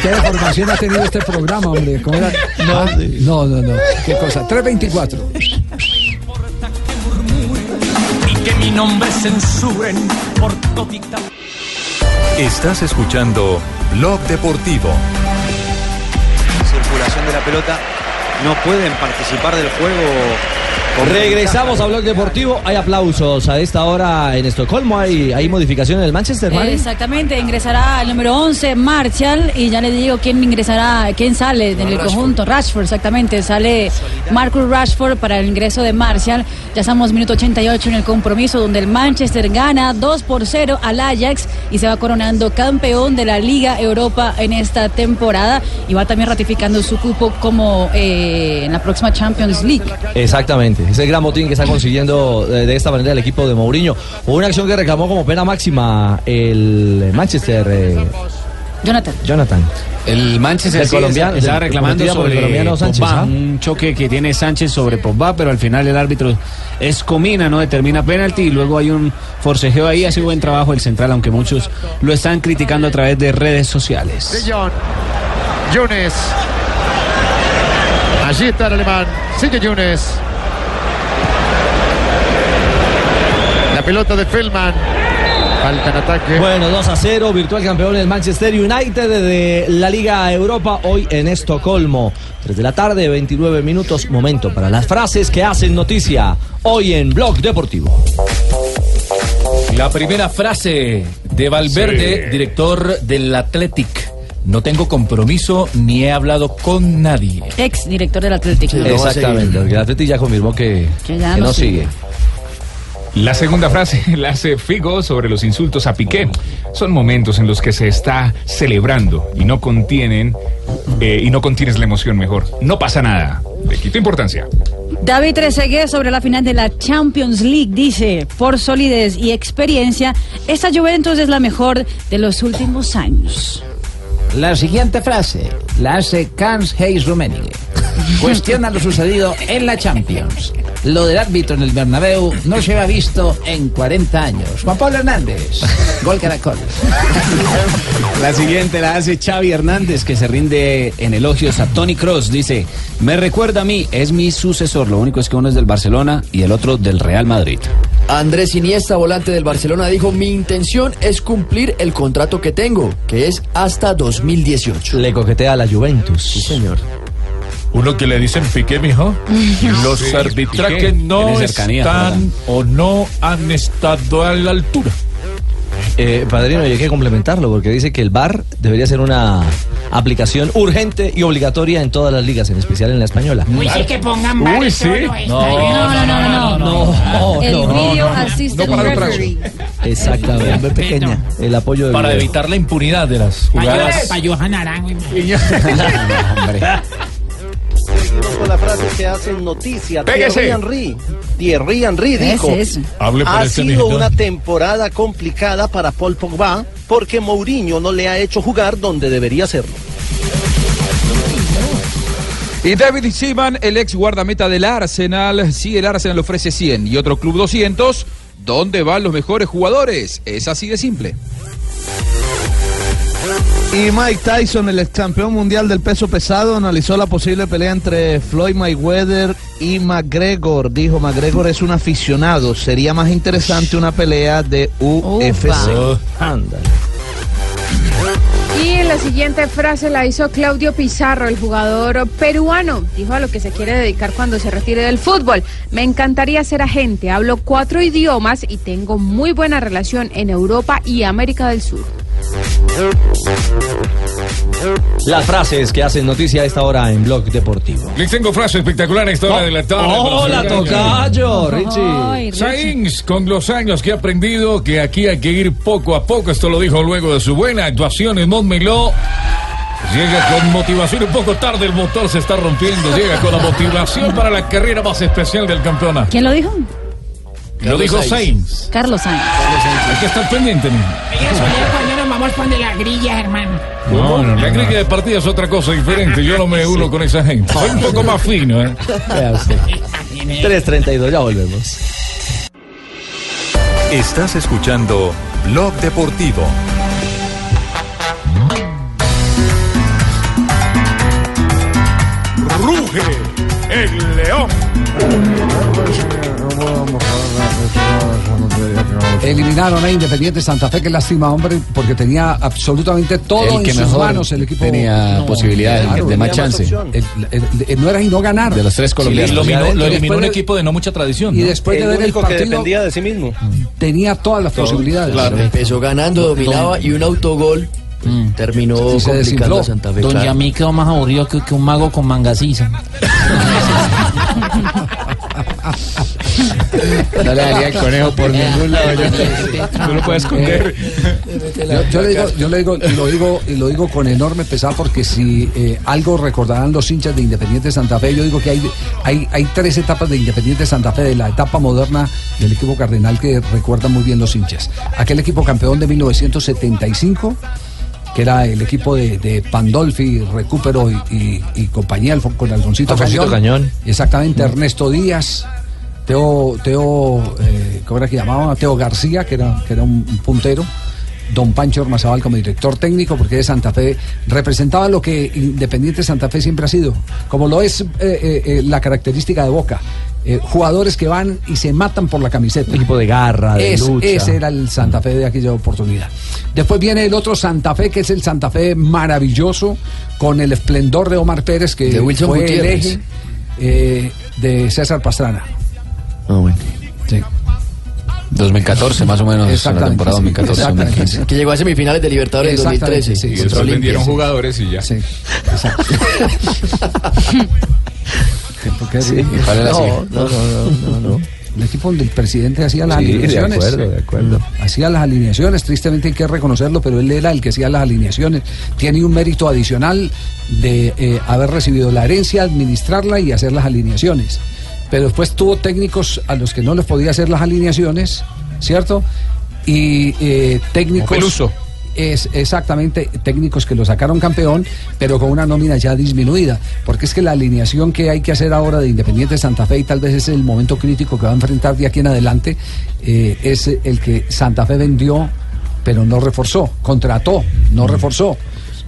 Speaker 5: ¿Qué formación ha tenido este programa, hombre? ¿Cómo era? No, no, no, no. ¿Qué cosa? 324.
Speaker 23: Y que mi nombre censuren por todita.
Speaker 1: Estás escuchando Blog Deportivo.
Speaker 16: Circulación de la pelota. No pueden participar del juego.
Speaker 9: Regresamos a Blog Deportivo. Hay aplausos a esta hora en Estocolmo. Hay, hay modificación en el Manchester, ¿vale?
Speaker 6: Exactamente, ingresará el número 11, Martial, y ya les digo quién ingresará, quién sale del
Speaker 9: Rashford.
Speaker 6: conjunto. Rashford, exactamente, sale Marcus Rashford para el ingreso de Martial. Ya estamos minuto 88 en el compromiso donde el Manchester gana 2 por 0 al Ajax y se va coronando campeón de la Liga Europa en esta temporada y va también ratificando su cupo como eh, en la próxima Champions League.
Speaker 9: Exactamente, ese gran botín que está consiguiendo eh, de, esta manera el equipo de Mourinho. Hubo una acción que reclamó como pena máxima el Manchester. eh,
Speaker 6: Jonathan.
Speaker 9: Jonathan.
Speaker 15: El Manchester
Speaker 9: El
Speaker 15: sí,
Speaker 9: colombiano,
Speaker 15: está
Speaker 9: el-
Speaker 15: reclamando
Speaker 9: cometida por el
Speaker 15: sobre
Speaker 9: colombiano Sánchez,
Speaker 15: Pogba,
Speaker 9: ¿ah?
Speaker 15: un choque que tiene Sánchez sobre Pogba, pero al final el árbitro es comina, no determina penalti y luego hay un forcejeo ahí, hace buen trabajo el central, aunque muchos lo están criticando a través de redes sociales.
Speaker 26: De Jong. Yunes. Allí está el alemán. Sigue Yunes. La pelota de Feldman. Falta en ataque.
Speaker 9: Bueno, 2 a 0, virtual campeón el Manchester United de la Liga Europa hoy en Estocolmo. 3 de la tarde, 29 minutos, momento para las frases que hacen noticia hoy en Blog Deportivo.
Speaker 27: La primera frase de Valverde, director del Athletic. No tengo compromiso ni he hablado con nadie.
Speaker 6: Ex director del Atlético.
Speaker 9: Exactamente, el Athletic ya confirmó que,
Speaker 6: Que ya
Speaker 9: que
Speaker 6: no
Speaker 9: no sigue.
Speaker 7: La segunda frase la hace Figo sobre los insultos a Piqué. Son momentos en los que se está celebrando y no contienen eh, y no contienes la emoción mejor. No pasa nada. Le quito importancia.
Speaker 6: David Trezeguet sobre la final de la Champions League dice, por solidez y experiencia, esta Juventus es la mejor de los últimos años.
Speaker 25: La siguiente frase la hace Kans Hayes Rummenigge. Cuestiona lo sucedido en la Champions. Lo del árbitro en el Bernabéu no se había visto en 40 años. Juan Pablo Hernández, gol Caracol.
Speaker 28: La siguiente la hace Xavi Hernández, que se rinde en elogios a Tony Cross. Dice: Me recuerda a mí, es mi sucesor. Lo único es que uno es del Barcelona y el otro del Real Madrid.
Speaker 29: Andrés Iniesta, volante del Barcelona, dijo, mi intención es cumplir el contrato que tengo, que es hasta 2018.
Speaker 9: Le coquetea a la Juventus. Sí,
Speaker 29: señor.
Speaker 8: Uno que le dicen piqué, mijo. Los
Speaker 28: Sí,
Speaker 8: arbitrajes
Speaker 28: Piqué.
Speaker 8: no
Speaker 28: Tiene cercanía,
Speaker 8: están o no han estado a la altura.
Speaker 9: Eh, padrino, y hay que complementarlo porque dice que el VAR debería ser una aplicación urgente y obligatoria en todas las ligas, en especial en la española.
Speaker 28: Uy, sí,
Speaker 25: que pongan
Speaker 6: VAR,
Speaker 9: Uy,
Speaker 6: eso
Speaker 9: sí.
Speaker 6: no está bien. este. No, no, no, no, no.
Speaker 9: No,
Speaker 6: El
Speaker 9: no,
Speaker 6: video
Speaker 9: no, no.
Speaker 6: assistant
Speaker 9: No para los
Speaker 6: referee.
Speaker 9: Exactamente. Pequeña. El apoyo del
Speaker 27: Para
Speaker 9: video.
Speaker 27: evitar la impunidad de las jugadas.
Speaker 25: Para Johan Arango.
Speaker 19: son las frases que hacen noticia.
Speaker 23: Pégase.
Speaker 19: Thierry Henry, Thierry Henry
Speaker 23: ¿Qué
Speaker 19: dijo,
Speaker 23: es eso? Hable por
Speaker 19: ha
Speaker 23: este
Speaker 19: sido
Speaker 23: mexicano".
Speaker 19: una temporada complicada para Paul Pogba porque Mourinho no le ha hecho jugar donde debería hacerlo.
Speaker 13: Y David Seaman, el ex guardameta del Arsenal, si el Arsenal ofrece 100 y otro club 200, ¿dónde van los mejores jugadores? Es así de simple.
Speaker 10: Y Mike Tyson, el ex campeón mundial del peso pesado, analizó la posible pelea entre Floyd Mayweather y McGregor. Dijo, McGregor es un aficionado, sería más interesante una pelea de UFC.
Speaker 11: Y la siguiente frase la hizo Claudio Pizarro, el jugador peruano. Dijo a lo que se quiere dedicar cuando se retire del fútbol. Me encantaría ser agente. Hablo cuatro idiomas y tengo muy buena relación en Europa y América del Sur.
Speaker 9: Las frases que hacen noticia a esta hora en Blog Deportivo.
Speaker 8: Les tengo frase espectacular a esta hora de la tarde.
Speaker 9: Hola, tocayo, Richie. Ay, Richie.
Speaker 8: Sainz, con los años que ha aprendido que aquí hay que ir poco a poco, esto lo dijo luego de su buena actuación en Montmeló. Llega con motivación, un poco tarde el motor se está rompiendo, llega con la motivación para la carrera más especial del campeonato.
Speaker 6: ¿Quién lo dijo?
Speaker 8: Lo dijo Sainz.
Speaker 6: Carlos Sainz.
Speaker 8: Hay que estar pendiente. niño.
Speaker 18: cuando nos vamos con de la grilla, hermano.
Speaker 8: No, no, la grilla de partida es otra cosa diferente, yo no me uno con esa gente. Soy un poco más fino, ¿eh?
Speaker 9: 3.32, ya volvemos.
Speaker 1: Estás escuchando Blog Deportivo.
Speaker 8: Ruge el león.
Speaker 5: Eliminaron a Independiente Santa Fe, qué lástima, hombre, porque tenía absolutamente todo
Speaker 2: El
Speaker 5: en
Speaker 2: que
Speaker 5: sus
Speaker 2: mejor
Speaker 5: manos el equipo.
Speaker 2: tenía posibilidades, el que tenía más chance.
Speaker 5: El- el- el- no era y no ganar.
Speaker 2: De los tres colombianos.
Speaker 5: Sí,
Speaker 2: lo eliminó, lo
Speaker 5: después
Speaker 2: eliminó un
Speaker 5: de-
Speaker 2: equipo de no mucha tradición.
Speaker 5: Y
Speaker 2: ¿no?
Speaker 5: después de ver el partido,
Speaker 19: de sí mismo.
Speaker 5: tenía todas las posibilidades.
Speaker 29: Empezó ganando, dominaba y un autogol
Speaker 5: Mm.
Speaker 29: terminó complicando a Santa Fe.
Speaker 30: Doña
Speaker 29: claro.
Speaker 30: Mí quedó más aburrido que, que un mago con mangasiza.
Speaker 2: No le daría el conejo por ningún lado.
Speaker 5: No lo puedes esconder. Yo, yo le digo, yo le digo, y lo digo, y lo digo con enorme pesar porque si eh, algo recordarán los hinchas de Independiente Santa Fe, yo digo que hay, hay, hay tres etapas de Independiente Santa Fe, de la etapa moderna del equipo cardenal que recuerdan muy bien los hinchas. Aquel equipo campeón de 1975 que era el equipo de, de Pandolfi, Recupero y, y- y compañía, Alfon- con Alfoncito,
Speaker 9: Alfoncito Cañón.
Speaker 5: Exactamente, Ernesto Díaz, Teo, Teo eh, ¿cómo era que llamaba? Teo García, que era, que era un, un puntero. Don Pancho Ormazábal como director técnico, porque de Santa Fe representaba lo que Independiente Santa Fe siempre ha sido, como lo es eh, eh, eh, la característica de Boca. eh, jugadores que van y se matan por la camiseta.
Speaker 9: Equipo de garra, de
Speaker 5: Es-
Speaker 9: lucha.
Speaker 5: Ese era el Santa Fe de aquella oportunidad. Después viene el otro Santa Fe, que es el Santa Fe maravilloso, con el esplendor de Omar Pérez, que
Speaker 29: De Wilson
Speaker 5: fue el
Speaker 29: Gutiérrez.
Speaker 5: eje eh, de César Pastrana.
Speaker 2: Ah, bueno.
Speaker 5: Sí.
Speaker 2: 2014, más o menos, la
Speaker 5: Exactamente,
Speaker 2: temporada
Speaker 5: sí,
Speaker 2: 2014-2015.
Speaker 29: Que llegó a semifinales de Libertadores en
Speaker 5: Exactamente,
Speaker 29: 2013.
Speaker 5: sí. Y
Speaker 29: contra
Speaker 5: después
Speaker 29: Olimpia.
Speaker 5: vendieron
Speaker 29: Sí.
Speaker 8: Jugadores y ya.
Speaker 5: Sí.
Speaker 29: ¿Cuál era la
Speaker 5: No,
Speaker 29: siguiente?
Speaker 5: no, no, no, no, no. El equipo donde el presidente hacía las
Speaker 9: Sí, de
Speaker 5: alineaciones. Mm,
Speaker 9: acuerdo, de acuerdo.
Speaker 5: Hacía las alineaciones, tristemente hay que reconocerlo, pero él era el que hacía las alineaciones. Tiene un mérito adicional de eh, haber recibido la herencia, administrarla y hacer las alineaciones. Pero después tuvo técnicos a los que no les podía hacer las alineaciones, ¿cierto? Y eh, técnicos.
Speaker 13: Como Peluso.
Speaker 5: Es exactamente técnicos que lo sacaron campeón, pero con una nómina ya disminuida. Porque es que la alineación que hay que hacer ahora de Independiente Santa Fe, y tal vez es el momento crítico que va a enfrentar de aquí en adelante, eh, es el que Santa Fe vendió, pero no reforzó, contrató, no reforzó.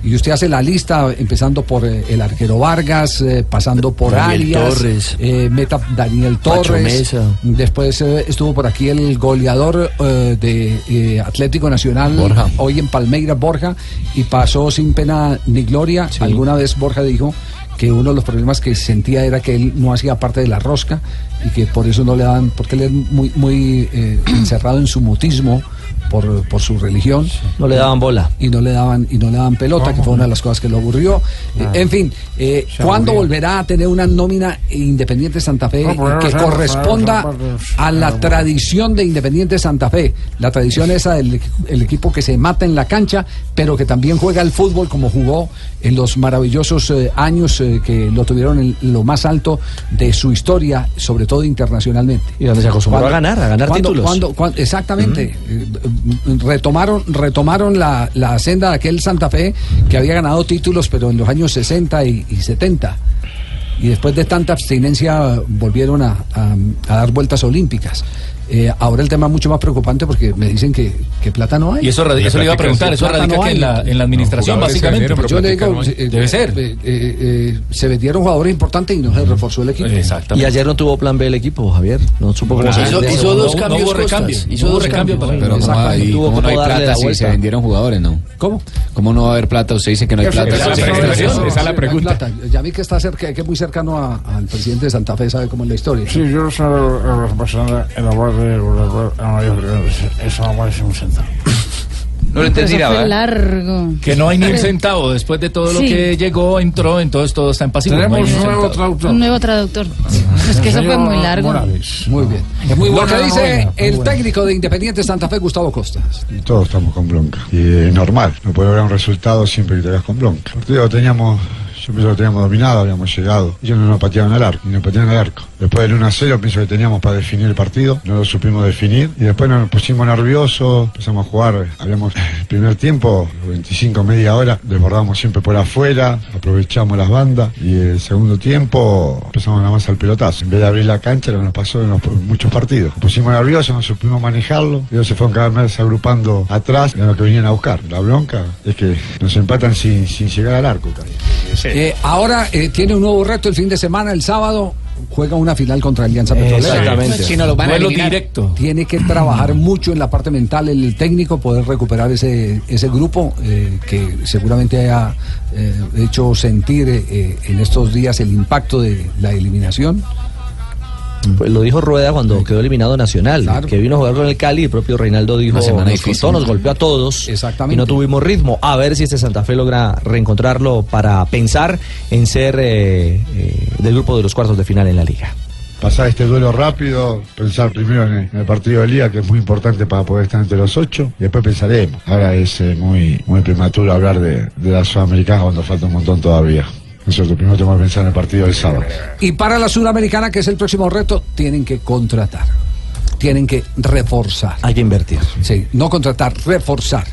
Speaker 5: Y usted hace la lista, empezando por eh, el arquero Vargas, eh, pasando por
Speaker 29: Daniel
Speaker 5: Arias,
Speaker 29: Torres.
Speaker 5: eh, Meta Daniel
Speaker 29: Pacho
Speaker 5: Torres,
Speaker 29: Mesa.
Speaker 5: Después eh, estuvo por aquí el goleador eh, de eh, Atlético Nacional,
Speaker 29: Borja.
Speaker 5: hoy en Palmeiras, Borja, y pasó sin pena ni gloria. Alguna vez Borja dijo que uno de los problemas que sentía era que él no hacía parte de la rosca y que por eso no le daban, porque él es muy, muy eh, encerrado en su mutismo por, por su religión.
Speaker 9: No le daban bola.
Speaker 5: Y no le daban, y no le daban pelota, que fue una de las cosas que lo aburrió. Eh,
Speaker 9: Ah.
Speaker 5: en fin, eh,
Speaker 9: Se
Speaker 5: ¿cuándo
Speaker 9: aburrió.
Speaker 5: volverá a tener una nómina Independiente Santa Fe
Speaker 9: No, pero
Speaker 5: que
Speaker 9: no sé,
Speaker 5: corresponda
Speaker 9: no sé, no sé.
Speaker 5: a la tradición de Independiente Santa Fe? La tradición esa del el equipo que se mata en la cancha, pero que también juega al fútbol como jugó en los maravillosos eh, años eh, que lo tuvieron en lo más alto de su historia, sobre todo internacionalmente.
Speaker 9: Y donde se acostumbró a
Speaker 5: Cuando-
Speaker 9: ganar, a ganar
Speaker 5: cuando-
Speaker 9: títulos.
Speaker 5: cuando- cuan- exactamente. Eh, Retomaron, retomaron la, la senda de aquel Santa Fe que había ganado títulos, pero en los años 60 y, y 70. Y después de tanta abstinencia eh, volvieron a, a- a dar vueltas olímpicas. Eh, ahora el tema es mucho más preocupante porque me dicen que, que plata no hay.
Speaker 27: Y eso radi- eso le iba a preguntar, eso
Speaker 5: Plata
Speaker 27: radica
Speaker 5: no
Speaker 27: que en
Speaker 5: hay.
Speaker 27: la, en la administración, básicamente.
Speaker 5: Yo le digo, eh,
Speaker 27: Debe ser.
Speaker 5: eh, eh, eh, se vendieron jugadores importantes y no se reforzó el equipo.
Speaker 9: Y ayer no tuvo plan B el equipo, Javier. No supo cómo
Speaker 27: Ah,
Speaker 5: Claro,
Speaker 9: se
Speaker 5: hizo-
Speaker 9: defendió.
Speaker 5: hizo
Speaker 9: No-
Speaker 5: dos
Speaker 9: no
Speaker 5: cambios
Speaker 9: hubo recambio.
Speaker 5: costas,
Speaker 9: Hizo
Speaker 5: no
Speaker 9: dos
Speaker 5: hubo
Speaker 9: cambios para
Speaker 5: recambio. Pero
Speaker 3: ¿cómo hay-
Speaker 9: Tuvo
Speaker 3: cómo no hay
Speaker 9: como darle
Speaker 3: plata
Speaker 9: la
Speaker 3: si
Speaker 9: vuelta.
Speaker 3: se vendieron jugadores, no?
Speaker 5: ¿Cómo?
Speaker 3: ¿Cómo no va a haber plata? Usted dice que no hay plata.
Speaker 5: No, no hay plata. Ya vi que está cerca, que es muy cercano a- al presidente de Santa Fe, sabe cómo es la historia.
Speaker 4: Sí, yo soy el responsable en la parte de Eso no parece un centavo.
Speaker 27: No lo entendí
Speaker 6: Eso fue
Speaker 2: ¿eh?
Speaker 27: nada.
Speaker 6: largo.
Speaker 27: Que no hay ni un centavo. Después de todo lo
Speaker 6: Sí.
Speaker 27: que llegó, entró, entonces todo está en pasivo. No hay ni un centavo.
Speaker 6: Un nuevo traductor. Es que eso fue muy largo.
Speaker 5: Muy bien.
Speaker 4: muy
Speaker 5: Lo
Speaker 4: buena
Speaker 5: que dice
Speaker 4: novela,
Speaker 5: el técnico de Independiente Santa Fe, Gustavo Costa.
Speaker 12: Y todos estamos con bronca. Y es normal, no puede haber un resultado siempre que te hagas con bronca. El partido lo teníamos, yo pienso que lo teníamos dominado, habíamos llegado. Ellos no nos pateaban al arco, ni nos pateaban al arco. Después del 1 a 0 pienso que teníamos para definir el partido, no lo supimos definir. Y después nos pusimos nerviosos, empezamos a jugar, habíamos el primer tiempo, los 25, media hora, desbordamos siempre por afuera, aprovechamos las bandas. Y el segundo tiempo empezamos nada más al pelotazo. En vez de abrir la cancha, lo que nos pasó en los- en muchos partidos. Nos pusimos nerviosos, no supimos manejarlo. Ellos se fueron cada vez agrupando atrás, era lo que venían a buscar. La bronca es que nos empatan sin, sin llegar al arco. casi.
Speaker 5: Eh, ahora eh, tiene un nuevo reto el fin de semana, el sábado. Juega una final contra Alianza Petrolera.
Speaker 27: Exactamente. Si no lo van a Duelo eliminar. directo.
Speaker 5: Tiene que trabajar mucho en la parte mental el, el técnico, poder recuperar ese, ese grupo eh, que seguramente haya eh, hecho sentir eh, eh, en estos días el impacto de la eliminación.
Speaker 9: Pues lo dijo Rueda cuando quedó eliminado Nacional, que vino a jugar con el Cali, el propio Reinaldo dijo,
Speaker 5: Una semana
Speaker 9: nos
Speaker 5: difícil".
Speaker 9: costó, nos golpeó a todos y no tuvimos ritmo. A ver si este Santa Fe logra reencontrarlo para pensar en ser eh, eh, del grupo de los cuartos de final en la liga.
Speaker 12: Pasar este duelo rápido, pensar primero en el, en el partido del día, que es muy importante para poder estar entre los ocho, y después pensaremos. Ahora es eh, muy, muy prematuro hablar de, de la Sudamericana cuando falta un montón todavía. Nosotros primero tenemos que pensar en el partido del sábado.
Speaker 5: Y para la Sudamericana, que es el próximo reto, tienen que contratar. Tienen que reforzar.
Speaker 9: Hay que invertir.
Speaker 5: Sí, no contratar, reforzar.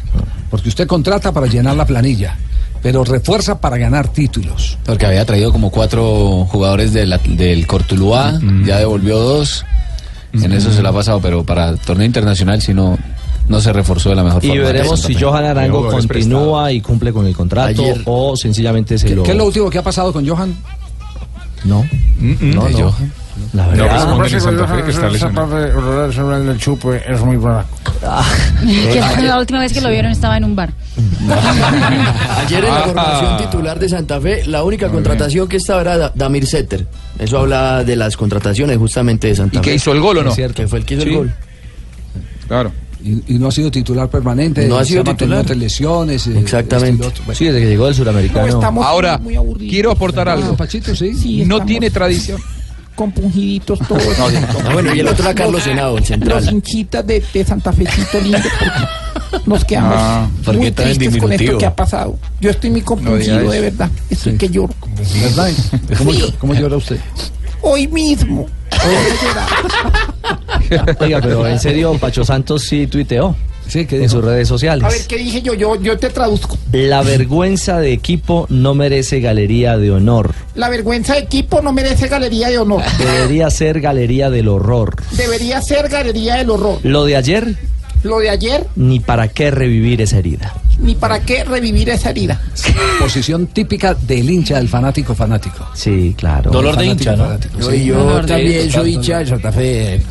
Speaker 5: Porque usted contrata para llenar la planilla, pero refuerza para ganar títulos.
Speaker 3: Porque había traído como cuatro jugadores del, at- del Cortuluá, ya devolvió dos. En eso se la ha pasado, pero para el torneo internacional si no, no se reforzó de la mejor
Speaker 9: Y
Speaker 3: forma.
Speaker 9: veremos si Johan Arango
Speaker 3: Luego es
Speaker 9: continúa y cumple con el contrato
Speaker 3: Ayer-
Speaker 9: o sencillamente se lo...
Speaker 5: ¿Qué es lo último que ha pasado con Johan?
Speaker 9: No, no,
Speaker 5: ¿De
Speaker 9: no.
Speaker 5: Johan?
Speaker 9: La
Speaker 4: No,
Speaker 9: verdad...
Speaker 4: pero
Speaker 9: No,
Speaker 4: como que Santa Fe que está lesionado. Esa parte del chupe es muy buena.
Speaker 18: Ah,
Speaker 6: Que fue la última vez que lo vieron estaba en un bar.
Speaker 29: Ayer
Speaker 13: Ah.
Speaker 29: en la formación titular de Santa Fe, la única contratación que estaba era Da- Damir Setter. Eso habla de las contrataciones justamente de Santa
Speaker 13: ¿Y
Speaker 29: Fe.
Speaker 13: que hizo el gol o no?
Speaker 29: Es cierto, que fue el que hizo
Speaker 13: Sí.
Speaker 29: el gol.
Speaker 13: Claro.
Speaker 5: Y, y no ha sido titular permanente.
Speaker 29: No ha
Speaker 5: se
Speaker 29: sido titular.
Speaker 5: mantenido entre lesiones. eh, este Exactamente.
Speaker 9: Sí, desde que llegó del suramericano.
Speaker 13: Ahora, quiero aportar algo. no tiene tradición.
Speaker 18: Compungiditos todos.
Speaker 13: Ah, bueno, y el otro era Carlos Henao, el central.
Speaker 18: Los hinchitas de, de Santa Fecito lindo, porque nos quedamos
Speaker 13: Ah, ¿por qué
Speaker 18: muy
Speaker 13: tan en
Speaker 18: tristes con esto
Speaker 13: diminutivo?
Speaker 18: que ha pasado. Yo estoy muy compungido,
Speaker 13: diga eso.
Speaker 18: de verdad. Estoy que lloro.
Speaker 5: ¿Verdad? ¿Cómo,
Speaker 18: Sí.
Speaker 5: ¿Cómo llora usted?
Speaker 18: Hoy mismo.
Speaker 9: Oiga, pero en serio, Pacho Santos sí tuiteó.
Speaker 5: Sí, que
Speaker 9: en sus redes sociales.
Speaker 18: A ver, ¿qué dije yo? Yo, yo te traduzco.
Speaker 9: La vergüenza de equipo no merece galería de honor.
Speaker 18: La vergüenza de equipo no merece galería de honor.
Speaker 9: Debería ser galería del horror.
Speaker 18: Debería ser galería del horror.
Speaker 9: Lo de ayer,
Speaker 18: Lo de ayer,
Speaker 9: ni para qué revivir esa herida.
Speaker 18: ni para qué revivir esa herida.
Speaker 5: Posición típica del hincha, del fanático fanático.
Speaker 9: Sí, claro.
Speaker 5: Dolor de hincha, ¿no?
Speaker 29: No, y yo también soy hincha de Santa Fe.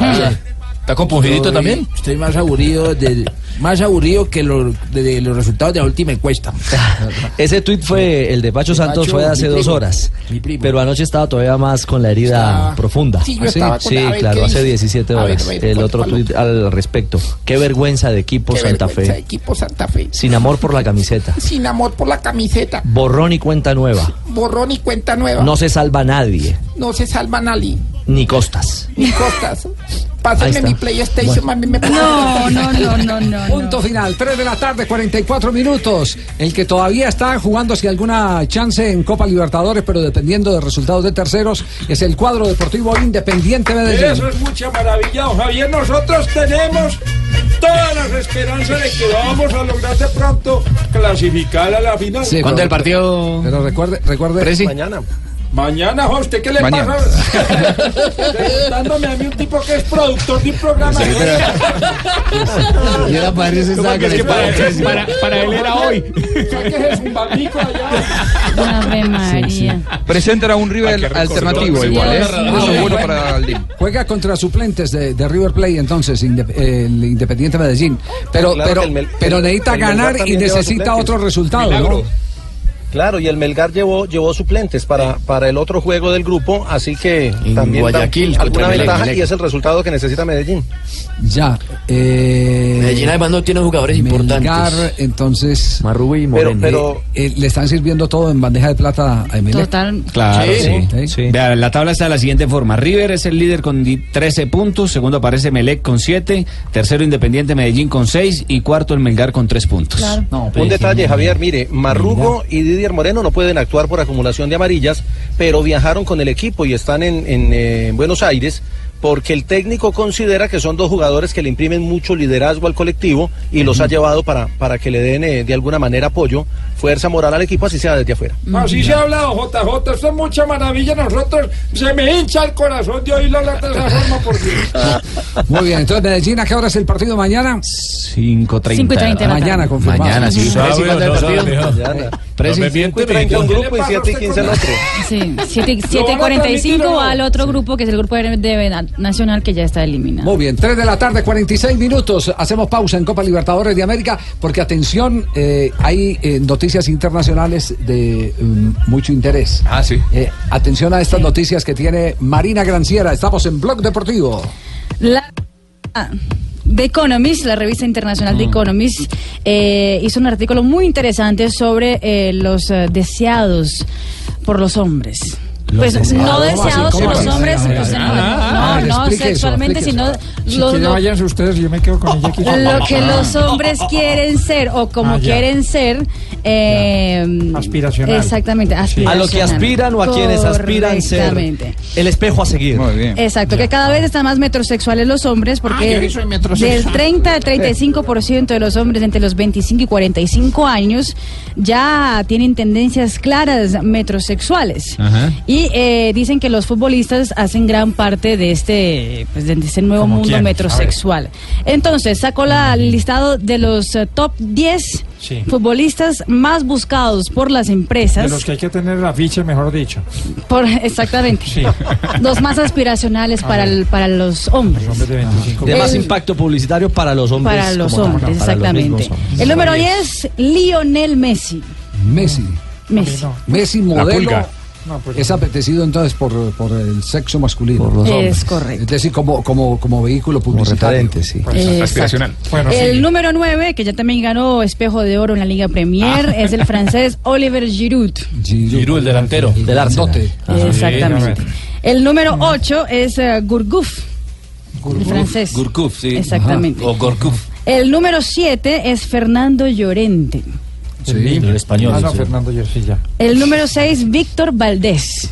Speaker 18: Ah,
Speaker 5: ¿Está compungidito también?
Speaker 29: Estoy más aburrido del,
Speaker 18: más aburrido que lo- de, de los resultados de la última encuesta.
Speaker 9: Ese tuit fue el de Pacho
Speaker 18: De
Speaker 9: Santos
Speaker 18: Pacho,
Speaker 9: fue hace
Speaker 18: mi
Speaker 9: dos
Speaker 18: primo,
Speaker 9: horas.
Speaker 18: mi primo.
Speaker 9: Pero anoche estaba todavía más con la herida
Speaker 18: Estaba-
Speaker 9: profunda.
Speaker 5: Ah,
Speaker 18: Sí, yo estaba con-
Speaker 9: Sí,
Speaker 18: a ver, ¿qué
Speaker 9: claro, hace
Speaker 18: dice?
Speaker 9: 17
Speaker 18: A ver,
Speaker 9: horas.
Speaker 18: a ver,
Speaker 9: el
Speaker 18: ¿cuál-
Speaker 9: otro
Speaker 18: cuál
Speaker 9: tuit al respecto. Qué vergüenza de equipo
Speaker 18: Qué
Speaker 9: Santa
Speaker 18: vergüenza de
Speaker 9: Fe.
Speaker 18: equipo Santa Fe.
Speaker 9: Sin amor por la camiseta.
Speaker 18: Sin amor por la camiseta.
Speaker 9: Borrón y cuenta nueva.
Speaker 18: Borrón y cuenta nueva.
Speaker 9: No se salva nadie.
Speaker 18: No se salva nadie.
Speaker 9: Ni Costas.
Speaker 18: Ni costas.
Speaker 9: Ahí está.
Speaker 18: Pásenme mi PlayStation, mándenme por-
Speaker 5: No, no, no,
Speaker 6: no, no.
Speaker 5: Punto final, 3 de la tarde, 44 minutos. El que todavía está jugando si alguna chance en Copa Libertadores, pero dependiendo de resultados de terceros, es el cuadro deportivo Independiente Medellín.
Speaker 2: Eso es mucha maravilla, don Javier. Nosotros tenemos todas las esperanzas de que vamos a lograr de pronto clasificar a la final.
Speaker 5: pero- Pero recuerde, recuerde.
Speaker 2: Mañana. Mañana, jo, ¿usted qué le
Speaker 5: Mañana.
Speaker 2: pasa? Usted Dándome a mí un tipo que es productor de un programa.
Speaker 28: Y era para eso estaba
Speaker 2: que es que
Speaker 28: con el-
Speaker 2: para- para- para él era hoy.
Speaker 6: Ave María.
Speaker 13: Presentan a un River alternativo igual, ¿eh? Eso es bueno para el Lim.
Speaker 5: Juega contra suplentes de, de River Plate, entonces, inde- el Independiente Medellín. Pero,
Speaker 19: Claro
Speaker 5: pero,
Speaker 19: que el Mel-
Speaker 5: pero
Speaker 19: el-
Speaker 5: necesita
Speaker 19: el Melgar
Speaker 5: ganar y
Speaker 19: también lleva
Speaker 5: necesita
Speaker 19: suplentes.
Speaker 5: otro resultado, ¿no?
Speaker 19: Milagro. Claro, y el Melgar llevó, llevó suplentes para, para el otro juego del grupo, así que también da
Speaker 29: Guayaquil
Speaker 19: alguna
Speaker 29: contra
Speaker 19: ventaja
Speaker 29: Melgar.
Speaker 19: y es el resultado que necesita Medellín.
Speaker 5: Ya. eh,
Speaker 29: Medellín además no tiene jugadores
Speaker 5: Melgar,
Speaker 29: importantes.
Speaker 5: entonces.
Speaker 29: Marrubi y
Speaker 5: Pero,
Speaker 29: Moreno.
Speaker 5: pero eh, le están sirviendo todo en bandeja de plata a Emelec.
Speaker 6: Total.
Speaker 28: Claro, sí. Vea, la tabla está de la siguiente forma. River es el líder con di- 13 puntos, segundo aparece Melec con 7, tercero Independiente Medellín con 6 y cuarto el Melgar con 3 puntos.
Speaker 5: pues,
Speaker 19: Un detalle, Javier, mire, Marrugo y Didier Moreno no pueden actuar por acumulación de amarillas, pero viajaron con el equipo y están en, en, eh, Buenos Aires porque el técnico considera que son dos jugadores que le imprimen mucho liderazgo al colectivo y los ha llevado para, para que le den eh, de alguna manera apoyo, fuerza moral al equipo, así sea desde afuera.
Speaker 2: Así se ha hablado, JJ. Esto es mucha maravilla. Nosotros se me hincha el corazón de oírlo hablar de esa forma porque.
Speaker 5: Muy bien, entonces Medellín, ¿a qué hora es el partido mañana?
Speaker 28: 5.30.
Speaker 5: 5:30 de la tarde.
Speaker 28: Mañana, confirmado.
Speaker 5: Mañana, sí.
Speaker 28: ¿Sabe o no sabe, no?
Speaker 19: Presi-
Speaker 28: No me miente,
Speaker 19: Cinco y treinta
Speaker 28: mijito.
Speaker 19: un grupo y siete y quince al otro.
Speaker 6: Sí,
Speaker 19: Lo van a transmitir
Speaker 6: 7.45
Speaker 19: o no.
Speaker 6: al otro grupo que es el grupo de- de na- Nacional que ya está eliminado.
Speaker 5: Muy bien, 3 de la tarde, 46 minutos. Hacemos pausa en Copa Libertadores de América porque, atención, eh, hay eh, noticias internacionales de mm, mucho interés.
Speaker 13: Ah, sí.
Speaker 5: Eh, atención a estas noticias que tiene Marina Granciera. Estamos en Blog Deportivo.
Speaker 6: La ah, The Economist, la revista internacional The Economist, eh, hizo un artículo muy interesante sobre eh, los eh, deseados por los hombres. Pues no
Speaker 28: deseados.
Speaker 6: deseados
Speaker 28: ¿Cómo
Speaker 6: por
Speaker 28: así?
Speaker 6: los
Speaker 28: ¿Cómo
Speaker 6: hombres,
Speaker 28: así?
Speaker 6: o sea,
Speaker 28: Ah, ah, ah,
Speaker 6: no, no, no
Speaker 28: explique eso,
Speaker 6: sexualmente,
Speaker 28: explique
Speaker 6: sino
Speaker 28: eso.
Speaker 6: los-
Speaker 28: Si quiere,
Speaker 6: los-
Speaker 28: váyanse
Speaker 5: ustedes, yo me quedo con ella aquí.
Speaker 6: lo que los hombres quieren ser o como
Speaker 28: Ah, ya.
Speaker 6: quieren ser. eh,
Speaker 9: Aspiracional.
Speaker 6: Exactamente,
Speaker 9: A lo que
Speaker 6: aspiracional.
Speaker 9: aspiran o a quienes aspiran ser.
Speaker 6: Correctamente.
Speaker 9: El espejo a seguir. Muy bien.
Speaker 6: Exacto, que cada vez están más metrosexuales los hombres porque
Speaker 9: Ah, yo soy metrosexual.
Speaker 6: del 30 al 35% de los hombres entre los 25 y 45 años ya tienen tendencias claras metrosexuales.
Speaker 20: Ah.
Speaker 2: Ajá.
Speaker 6: Y eh, dicen que los futbolistas hacen gran parte de este, pues, de este nuevo
Speaker 2: ¿Como
Speaker 6: mundo
Speaker 2: quiénes?
Speaker 6: metrosexual. Entonces, sacó la- el listado de los eh, top 10
Speaker 2: Sí.
Speaker 6: futbolistas más buscados por las
Speaker 2: De
Speaker 6: empresas.
Speaker 2: los que hay que tener la ficha, mejor dicho.
Speaker 6: Por, exactamente. Los más aspiracionales para, el- para los hombres.
Speaker 9: De más
Speaker 6: El-
Speaker 9: impacto publicitario para los hombres.
Speaker 6: para los
Speaker 9: como tal,
Speaker 6: hombres,
Speaker 9: para los mismos
Speaker 6: exactamente.
Speaker 9: hombres.
Speaker 6: el número 10, Lionel Messi.
Speaker 5: Messi.
Speaker 6: Messi.
Speaker 5: Messi
Speaker 6: La
Speaker 5: modelo.
Speaker 6: pulga. pues
Speaker 5: Es apetecido entonces por, por el sexo masculino.
Speaker 6: Es hombres. correcto.
Speaker 5: Es decir, como, como, como vehículo publicitario. Como referente, sí.
Speaker 6: Exacto. Pues, aspiracional. el número 9, que ya también ganó espejo de oro en la Liga Premier,
Speaker 9: Ah.
Speaker 6: es el francés Oliver Giroud.
Speaker 28: Giroud, el delantero. Ah,
Speaker 5: Del Arsenal.
Speaker 6: Exactamente. El número
Speaker 9: Mm.
Speaker 6: 8 es eh, Gourcuff, el francés.
Speaker 28: Gurkuf, sí.
Speaker 6: Exactamente.
Speaker 28: O Gorkuf.
Speaker 6: El número 7 es Fernando Llorente.
Speaker 2: Sí,
Speaker 28: el español,
Speaker 2: Ah, no,
Speaker 28: sí.
Speaker 2: Fernando Yersilla.
Speaker 6: El número 6, Víctor Valdés.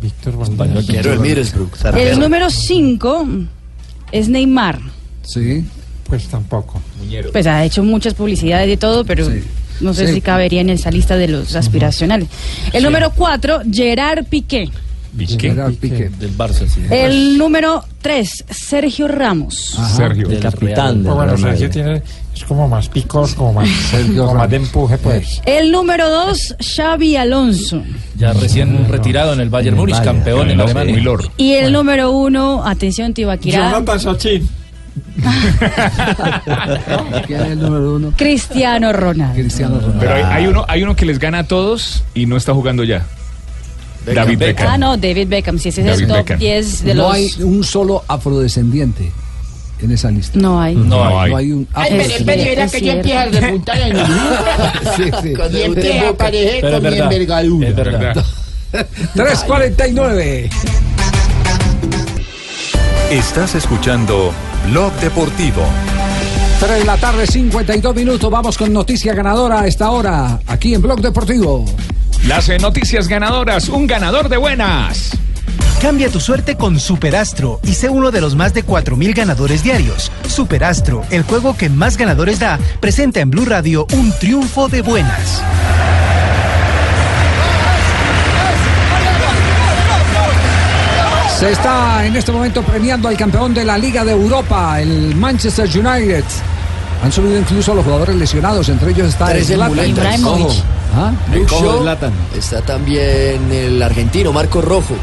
Speaker 2: Víctor
Speaker 28: Español. Quiero el Middlesbrough.
Speaker 6: El número 5 es Neymar.
Speaker 5: Sí.
Speaker 2: Pues tampoco.
Speaker 6: Pues ha hecho muchas publicidades y todo, pero no sé
Speaker 2: Sí.
Speaker 6: si cabería en esa lista de los aspiracionales. El número 4, Gerard Piqué.
Speaker 28: Del Barça, sí.
Speaker 6: El número 3, Sergio Ramos.
Speaker 2: Sergio.
Speaker 28: Del
Speaker 2: Capitán.
Speaker 28: del
Speaker 2: bueno,
Speaker 28: Real
Speaker 2: Sergio
Speaker 28: Madrid.
Speaker 2: tiene, es como más picos, como más, como más de empuje, pues.
Speaker 6: El número 2, Xavi Alonso.
Speaker 28: Ya recién retirado en el Bayern Múnich, campeón en Alemania.
Speaker 6: Y el número 1, atención Tibaquirá,
Speaker 2: Jonathan Sachin.
Speaker 8: ¿Quién es el número uno?
Speaker 6: Cristiano Ronaldo.
Speaker 8: Cristiano Ronaldo. Pero hay, hay uno, hay uno que les gana a todos y no está jugando ya. David Beckham.
Speaker 6: Ah, no, David Beckham. Si ese es
Speaker 8: David
Speaker 6: el top
Speaker 8: Beckham.
Speaker 6: 10 de
Speaker 5: no
Speaker 6: los.
Speaker 5: hay un solo afrodescendiente en esa lista.
Speaker 6: No hay.
Speaker 8: No hay.
Speaker 5: un
Speaker 17: Ay, pero
Speaker 18: Pues
Speaker 5: afrodescendiente.
Speaker 17: espere, verá
Speaker 6: es
Speaker 17: que yo
Speaker 6: cierto.
Speaker 17: empiezo a repuntar en mi vida
Speaker 5: Sí, sí.
Speaker 17: y empiezo a aparecer
Speaker 5: Pero
Speaker 17: con
Speaker 5: es
Speaker 17: mi
Speaker 5: verdad.
Speaker 17: envergadura.
Speaker 5: Es verdad. 349.
Speaker 1: Estás escuchando Blog Deportivo.
Speaker 5: 3 de la tarde, 52 minutos. Vamos con noticia ganadora a esta hora, aquí en Blog Deportivo.
Speaker 8: Las eh, noticias ganadoras, un ganador de buenas.
Speaker 15: Cambia tu suerte con Superastro y sé uno de los más de 4.000 ganadores diarios. Superastro, el juego que más ganadores da, presenta en Blue Radio un triunfo de buenas.
Speaker 5: Se está en este momento premiando al campeón de la Liga de Europa, el Manchester United. Han subido incluso a los jugadores lesionados, entre ellos está
Speaker 29: Tres
Speaker 5: Zlatan.
Speaker 29: muletas.
Speaker 5: Ojo. ¿Ah?
Speaker 29: El
Speaker 5: Luke
Speaker 29: cojo
Speaker 5: Shaw.
Speaker 29: Está también el argentino Marco Rojo.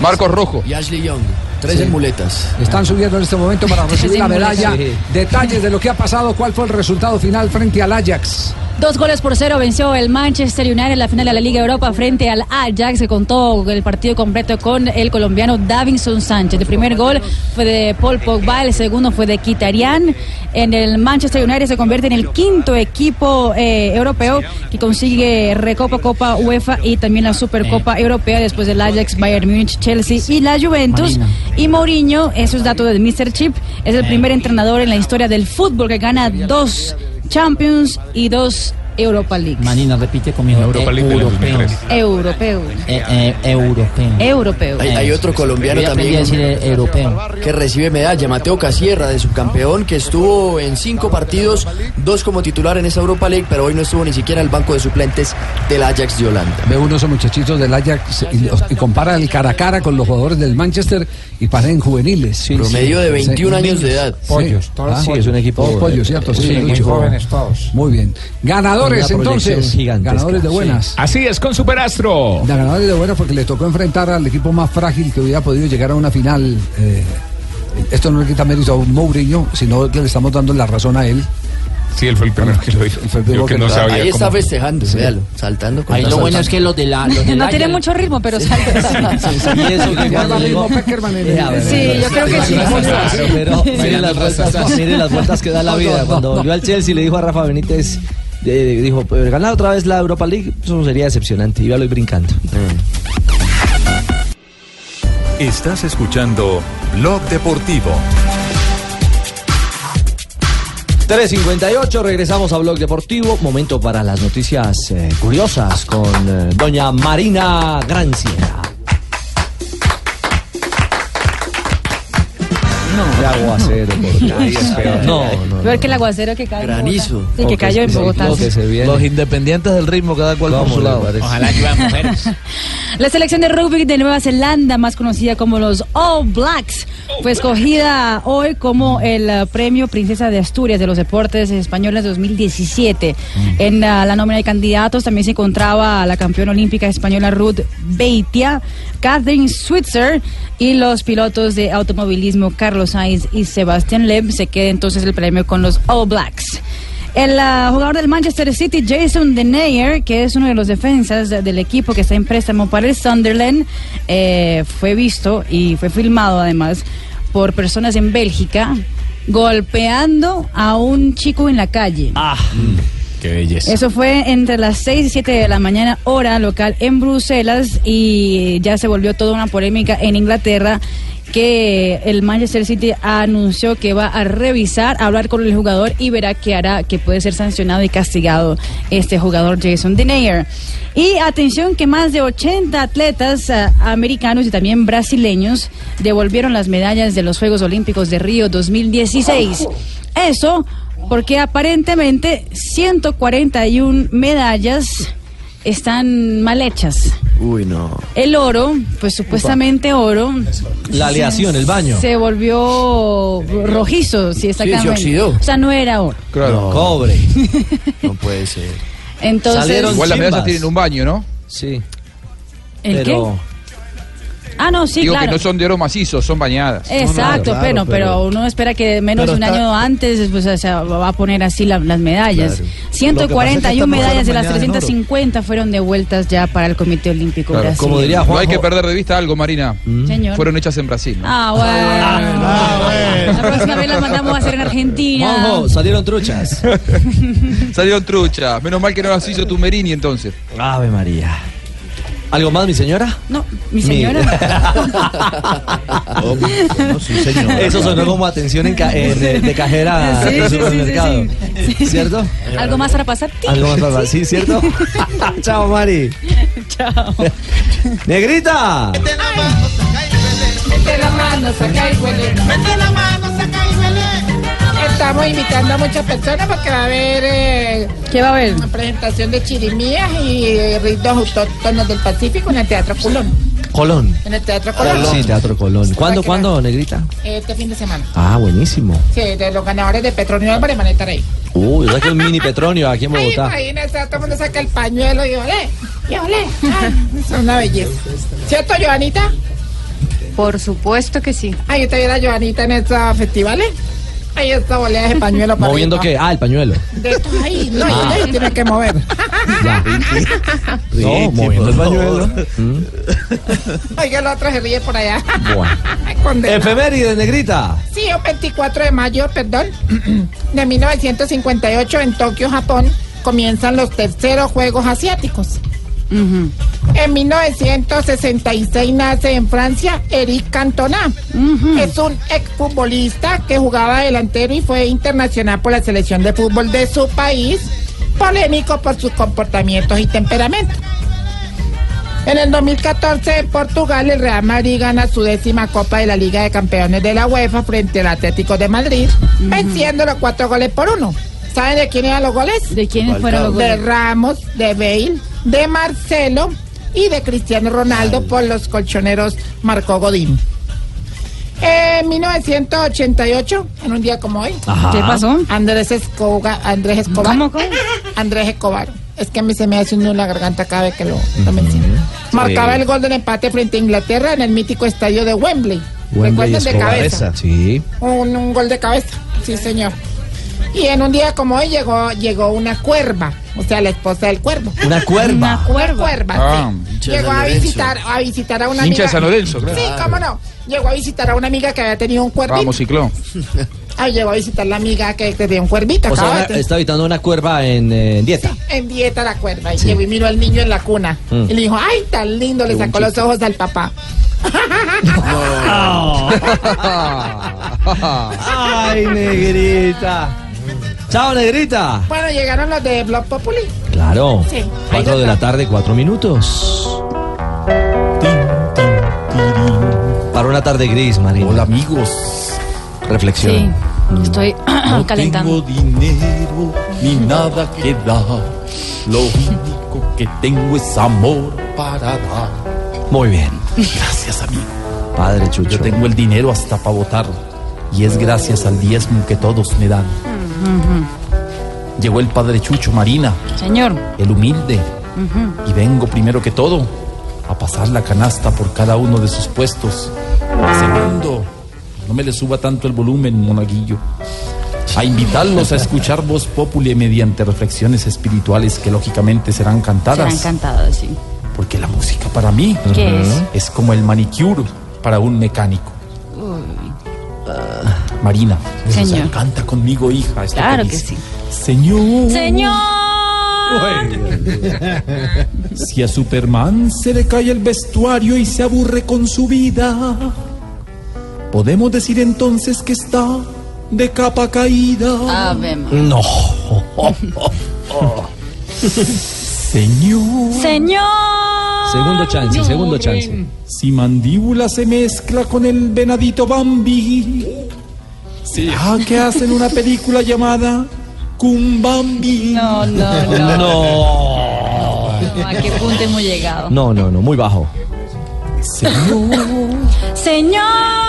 Speaker 13: Marco Rojo.
Speaker 29: Y Ashley Young. Tres
Speaker 5: Sí.
Speaker 29: en muletas.
Speaker 5: Están subiendo en este momento para recibir la medalla.
Speaker 29: Sí.
Speaker 5: Detalles de lo que ha pasado, cuál fue el resultado final frente al Ajax.
Speaker 6: Dos goles por cero venció el Manchester United en la final de la Liga Europa frente al Ajax. Se contó el partido completo con el colombiano Davinson Sánchez. El primer gol fue de Paul Pogba, el segundo fue de Kitarian. En el Manchester United se convierte en el quinto equipo eh, europeo que consigue Recopa, Copa UEFA y también la Supercopa Europea después del Ajax, Bayern Múnich, Chelsea y la Juventus. Y Mourinho, esos datos del Mr. Chip, es el primer entrenador en la historia del fútbol que gana dos Champions y dos Europa League.
Speaker 8: Manina, repite conmigo. Europa League del 2003.
Speaker 6: Europeo.
Speaker 8: Eh, eh, europeo.
Speaker 6: Europeo.
Speaker 29: Hay, hay otro colombiano
Speaker 8: Yo ya aprendí
Speaker 29: también.
Speaker 8: a decir, europeo.
Speaker 29: Que recibe medalla, Mateo Casierra, de subcampeón, que estuvo en cinco partidos, dos como titular en esa Europa League, pero hoy no estuvo ni siquiera en el banco de suplentes del Ajax de Holanda.
Speaker 5: Ve uno de esos muchachitos del Ajax y, los- y compara el cara a cara con los jugadores del Manchester y parecen juveniles. Ah,
Speaker 29: Promedio de 21 años de edad.
Speaker 5: Pollos, todos
Speaker 29: Sí, es un equipo,
Speaker 5: Todos pollos,
Speaker 29: eh,
Speaker 5: ¿cierto?
Speaker 29: es un
Speaker 5: muy
Speaker 29: equipo-
Speaker 5: jóvenes todos. Muy bien. Ganadores,
Speaker 8: Con una proyección
Speaker 5: entonces.
Speaker 8: gigantesca.
Speaker 5: Ganadores de buenas.
Speaker 8: Así es, con Superastro.
Speaker 5: La ganadora de buena porque le tocó enfrentar al equipo más frágil que hubiera podido llegar a una final. Eh, esto no le quita mérito a Mourinho, sino que le estamos dando la razón a él.
Speaker 8: Sí, él fue el primero que lo dijo.
Speaker 5: Digo que no sabía
Speaker 29: Ahí está
Speaker 5: cómo-
Speaker 29: festejando, véalo, saltando. con
Speaker 8: Ahí
Speaker 29: la
Speaker 8: lo bueno
Speaker 29: salsa.
Speaker 8: es que los de la. Los del
Speaker 6: No tiene
Speaker 8: Ajax-
Speaker 6: mucho ritmo, pero salta.
Speaker 29: Sí, sí, y eso que cuando llegó-
Speaker 6: Sí, yo creo que sí.
Speaker 9: Pero
Speaker 29: Mire las vueltas, mire las vueltas que da la vida.
Speaker 9: Cuando volvió al Chelsea le dijo a Rafa Benítez, eh, dijo, "Pero ganar otra vez la Europa League, eso sería decepcionante. Y véalo ahí brincando.
Speaker 1: Estás escuchando Blog Deportivo.
Speaker 9: 3.58, regresamos a Blog Deportivo. Momento para las noticias eh, curiosas con eh, doña Marina Grancia. No. De aguacero, por
Speaker 29: Ahí es peor.
Speaker 9: No,
Speaker 6: Peor que el aguacero que cae. en Bogotá.
Speaker 29: Granizo.
Speaker 6: Sí, que cayó en Bogotá.
Speaker 29: Los independientes del ritmo, cada cual por su lado. Ojalá que mujeres.
Speaker 6: La selección de rugby de Nueva Zelanda, más conocida como los All Blacks, fue escogida hoy como el eh, premio Princesa de Asturias de los Deportes Españoles 2017. En ah, la nómina de candidatos también se encontraba la campeona olímpica española Ruth Beitia, Catherine Switzer y los pilotos de automovilismo Carlos Sainz y Sebastián Leb. Se queda entonces el premio con los All Blacks. El ah, jugador del Manchester City, Jason Denayer, que es uno de los defensas de- del equipo que está en préstamo para el Sunderland, eh, fue visto y fue filmado además por personas en Bélgica golpeando a un chico en la calle.
Speaker 8: Ah,
Speaker 9: Mm.
Speaker 8: Qué belleza.
Speaker 6: Eso fue entre las 6 y 7 de la mañana hora local en Bruselas y ya se volvió toda una polémica en Inglaterra que el Manchester City anunció que va a revisar, a hablar con el jugador y verá qué hará, que puede ser sancionado y castigado este jugador Jason Denayer. Y atención que más de 80 atletas ah, americanos y también brasileños devolvieron las medallas de los Juegos Olímpicos de Río 2016. Eso porque aparentemente 141 medallas están mal hechas.
Speaker 29: Uy, no.
Speaker 6: El oro, pues supuestamente oro.
Speaker 29: La aleación, el baño.
Speaker 6: Se volvió rojizo, si exactamente.
Speaker 29: oxidó.
Speaker 6: O sea, no era oro.
Speaker 13: Claro.
Speaker 29: Cobre. No puede ser.
Speaker 6: Entonces.
Speaker 13: Igual las medallas tienen un baño, ¿no? Sí.
Speaker 6: ¿El
Speaker 13: pero-
Speaker 6: qué? Ah, no, sí,
Speaker 13: Digo
Speaker 6: claro.
Speaker 13: que no son de oro macizo, son bañadas.
Speaker 6: Exacto, pero, pero uno espera que menos de
Speaker 13: Pero
Speaker 6: un
Speaker 13: está-
Speaker 6: año antes pues, o sea, va a poner así la- las medallas.
Speaker 13: Claro.
Speaker 9: Lo que pasa es que
Speaker 6: 141
Speaker 9: estas no
Speaker 6: medallas de
Speaker 9: fueron
Speaker 6: las
Speaker 9: bañadas en oro.
Speaker 6: 350 fueron devueltas ya para el Comité Olímpico
Speaker 13: Claro,
Speaker 6: Brasileño.
Speaker 13: No hay que perder de vista algo, Marina.
Speaker 6: Señor.
Speaker 13: Fueron hechas en Brasil. ¿no?
Speaker 6: Ah, bueno. La próxima vez las mandamos a hacer en Argentina.
Speaker 13: Monjo, salieron truchas. salieron truchas. Menos mal que no las hizo Tumerini entonces.
Speaker 9: Ave María. ¿Algo más, mi señora?
Speaker 6: No, mi señora.
Speaker 9: Eso sonó como atención en ca- eh, de, de cajera de
Speaker 6: Sí, sí, sí,
Speaker 9: supermercado. ah, ¿Cierto?
Speaker 6: ¿Algo más para pasar?
Speaker 9: Algo más normal, sí, ¿cierto? Chao, Mari.
Speaker 6: Chao.
Speaker 9: Negrita.
Speaker 18: Mete la mano, saca y huele. Mete la mano, saca y huele. Estamos invitando a muchas personas porque va a haber. eh,
Speaker 6: ¿Qué va a haber?
Speaker 18: Una presentación de chirimías y eh, ritos autóctonos del Pacífico en el Teatro Colón.
Speaker 9: Colón.
Speaker 18: En el Teatro Colón.
Speaker 9: Sí, Teatro Colón. ¿Cuándo, cuándo, Negrita?
Speaker 18: Este fin de semana.
Speaker 9: Ah, buenísimo.
Speaker 18: Sí, de los ganadores de Petronio Álvarez van a estar ahí.
Speaker 9: Uy, ¿verdad que un mini Petronio aquí en
Speaker 18: Ay,
Speaker 9: Bogotá?
Speaker 18: imagínate, todo el mundo saca el pañuelo y olé, y olé. Ay, es una belleza. ¿Cierto, Joanita? Por supuesto que sí. Ay, usted viera a Joanita en estos festivales. Ahí está volea ese pañuelo para
Speaker 9: ¿Moviendo
Speaker 18: arriba.
Speaker 9: qué? Ah, el pañuelo.
Speaker 18: De estos ahí, no,
Speaker 9: Ah.
Speaker 18: ella se tiene que mover.
Speaker 9: No, moviendo el pañuelo.
Speaker 18: Oiga, el otro se ríe por allá.
Speaker 9: Bueno.
Speaker 18: Ay, condenado.
Speaker 9: Efemérides, Negrita.
Speaker 18: Sí, un 24 de mayo, perdón, de 1958 en Tokio, Japón, comienzan los terceros Juegos Asiáticos. En 1966 nace en Francia Eric Cantona. Es un exfutbolista que jugaba delantero y fue internacional por la selección de fútbol de su país, polémico por sus comportamientos y temperamento. En el 2014 en Portugal el Real Madrid gana su décima Copa de la Liga de Campeones de la UEFA frente al Atlético de Madrid, venciendo los cuatro goles por uno. ¿Saben de quién eran los goles? ¿De
Speaker 6: quiénes fueron los goles?
Speaker 18: De Ramos, de Bale, de Marcelo y de Cristiano Ronaldo por los colchoneros Marco Godín. En 1988, en un día como hoy,
Speaker 6: Ajá. ¿Qué pasó?
Speaker 18: Andrés Escobar, Andrés Escobar, Andrés Escobar. Es que a mí se me hace un nudo en la garganta cada vez que lo, lo menciono. Marcaba el gol del empate frente a Inglaterra en el mítico estadio de Wembley.
Speaker 9: Wembley
Speaker 18: Recuerden de
Speaker 9: Escobar.
Speaker 18: cabeza.
Speaker 9: Sí.
Speaker 18: Un, un gol de cabeza, sí señor. Y en un día como hoy llegó, llegó una cuerva, o sea, la esposa del cuervo.
Speaker 9: Una cuerva.
Speaker 18: Una cuerva. sí.
Speaker 13: Ah, hincha de
Speaker 18: Llegó a
Speaker 13: San Lorenzo.
Speaker 18: visitar, a visitar a una
Speaker 13: Hincha
Speaker 18: amiga.
Speaker 13: de San Lorenzo, claro.
Speaker 18: Sí, cómo no. Llegó a visitar a una amiga que había tenido un cuervito.
Speaker 13: Vamos, ciclón.
Speaker 18: Ah, llegó a visitar la amiga que tenía un cuervito.
Speaker 9: O sea,
Speaker 18: acaba de
Speaker 9: una-
Speaker 13: eh,
Speaker 9: está habitando una cuerva en eh, dieta.
Speaker 18: en dieta la cuerda y llegó y miró al niño en la cuna
Speaker 9: Mm.
Speaker 18: y le dijo ay tan lindo le sacó los ojos al papá
Speaker 9: Ay, Negrita. Chao, Negrita.
Speaker 18: bueno llegaron los de Block Populi
Speaker 13: Oh.
Speaker 9: Claro.
Speaker 18: Sí.
Speaker 9: Cuatro de la tarde, cuatro minutos. Para una tarde gris, Marina. Hola, amigos. Reflexión.
Speaker 6: Sí, estoy
Speaker 2: No
Speaker 6: calentando.
Speaker 2: tengo dinero ni nada que dar. Lo único que tengo es amor para dar.
Speaker 9: Muy bien.
Speaker 2: Gracias, amigo.
Speaker 9: Padre Chucho.
Speaker 2: Yo tengo el dinero hasta para votarlo. Y es gracias al diezmo que todos me dan.
Speaker 6: Ujú.
Speaker 2: Llegó el padre Chucho Marina,
Speaker 6: Señor.
Speaker 2: el humilde.
Speaker 6: Ujú.
Speaker 2: Y vengo primero que todo a pasar la canasta por cada uno de sus puestos. Segundo, no me le suba tanto el volumen, monaguillo. A invitarlos a escuchar voz populi mediante reflexiones espirituales que lógicamente serán
Speaker 6: Será
Speaker 2: cantadas.
Speaker 6: encantado, sí.
Speaker 2: porque la música para mí
Speaker 6: ¿Qué es?
Speaker 2: como el manicure para un mecánico.
Speaker 6: Uy,
Speaker 2: Marina,
Speaker 6: Señor.
Speaker 2: o sea, canta conmigo, hija. estoy
Speaker 6: claro que
Speaker 2: feliz.
Speaker 6: sí.
Speaker 2: Señor.
Speaker 6: Señor.
Speaker 2: Si a Superman se le cae el vestuario y se aburre con su vida, podemos decir entonces que está de capa caída.
Speaker 6: Ave María.
Speaker 2: No. Señor.
Speaker 6: Señor.
Speaker 2: Segundo chance, segundo chance. Si mandíbula se mezcla con el venadito Bambi, ¿será que hacen una película llamada Cumbambi?
Speaker 6: No, no, no. No, ¿A qué punto hemos llegado?
Speaker 9: No, no, no, muy bajo.
Speaker 6: Señor.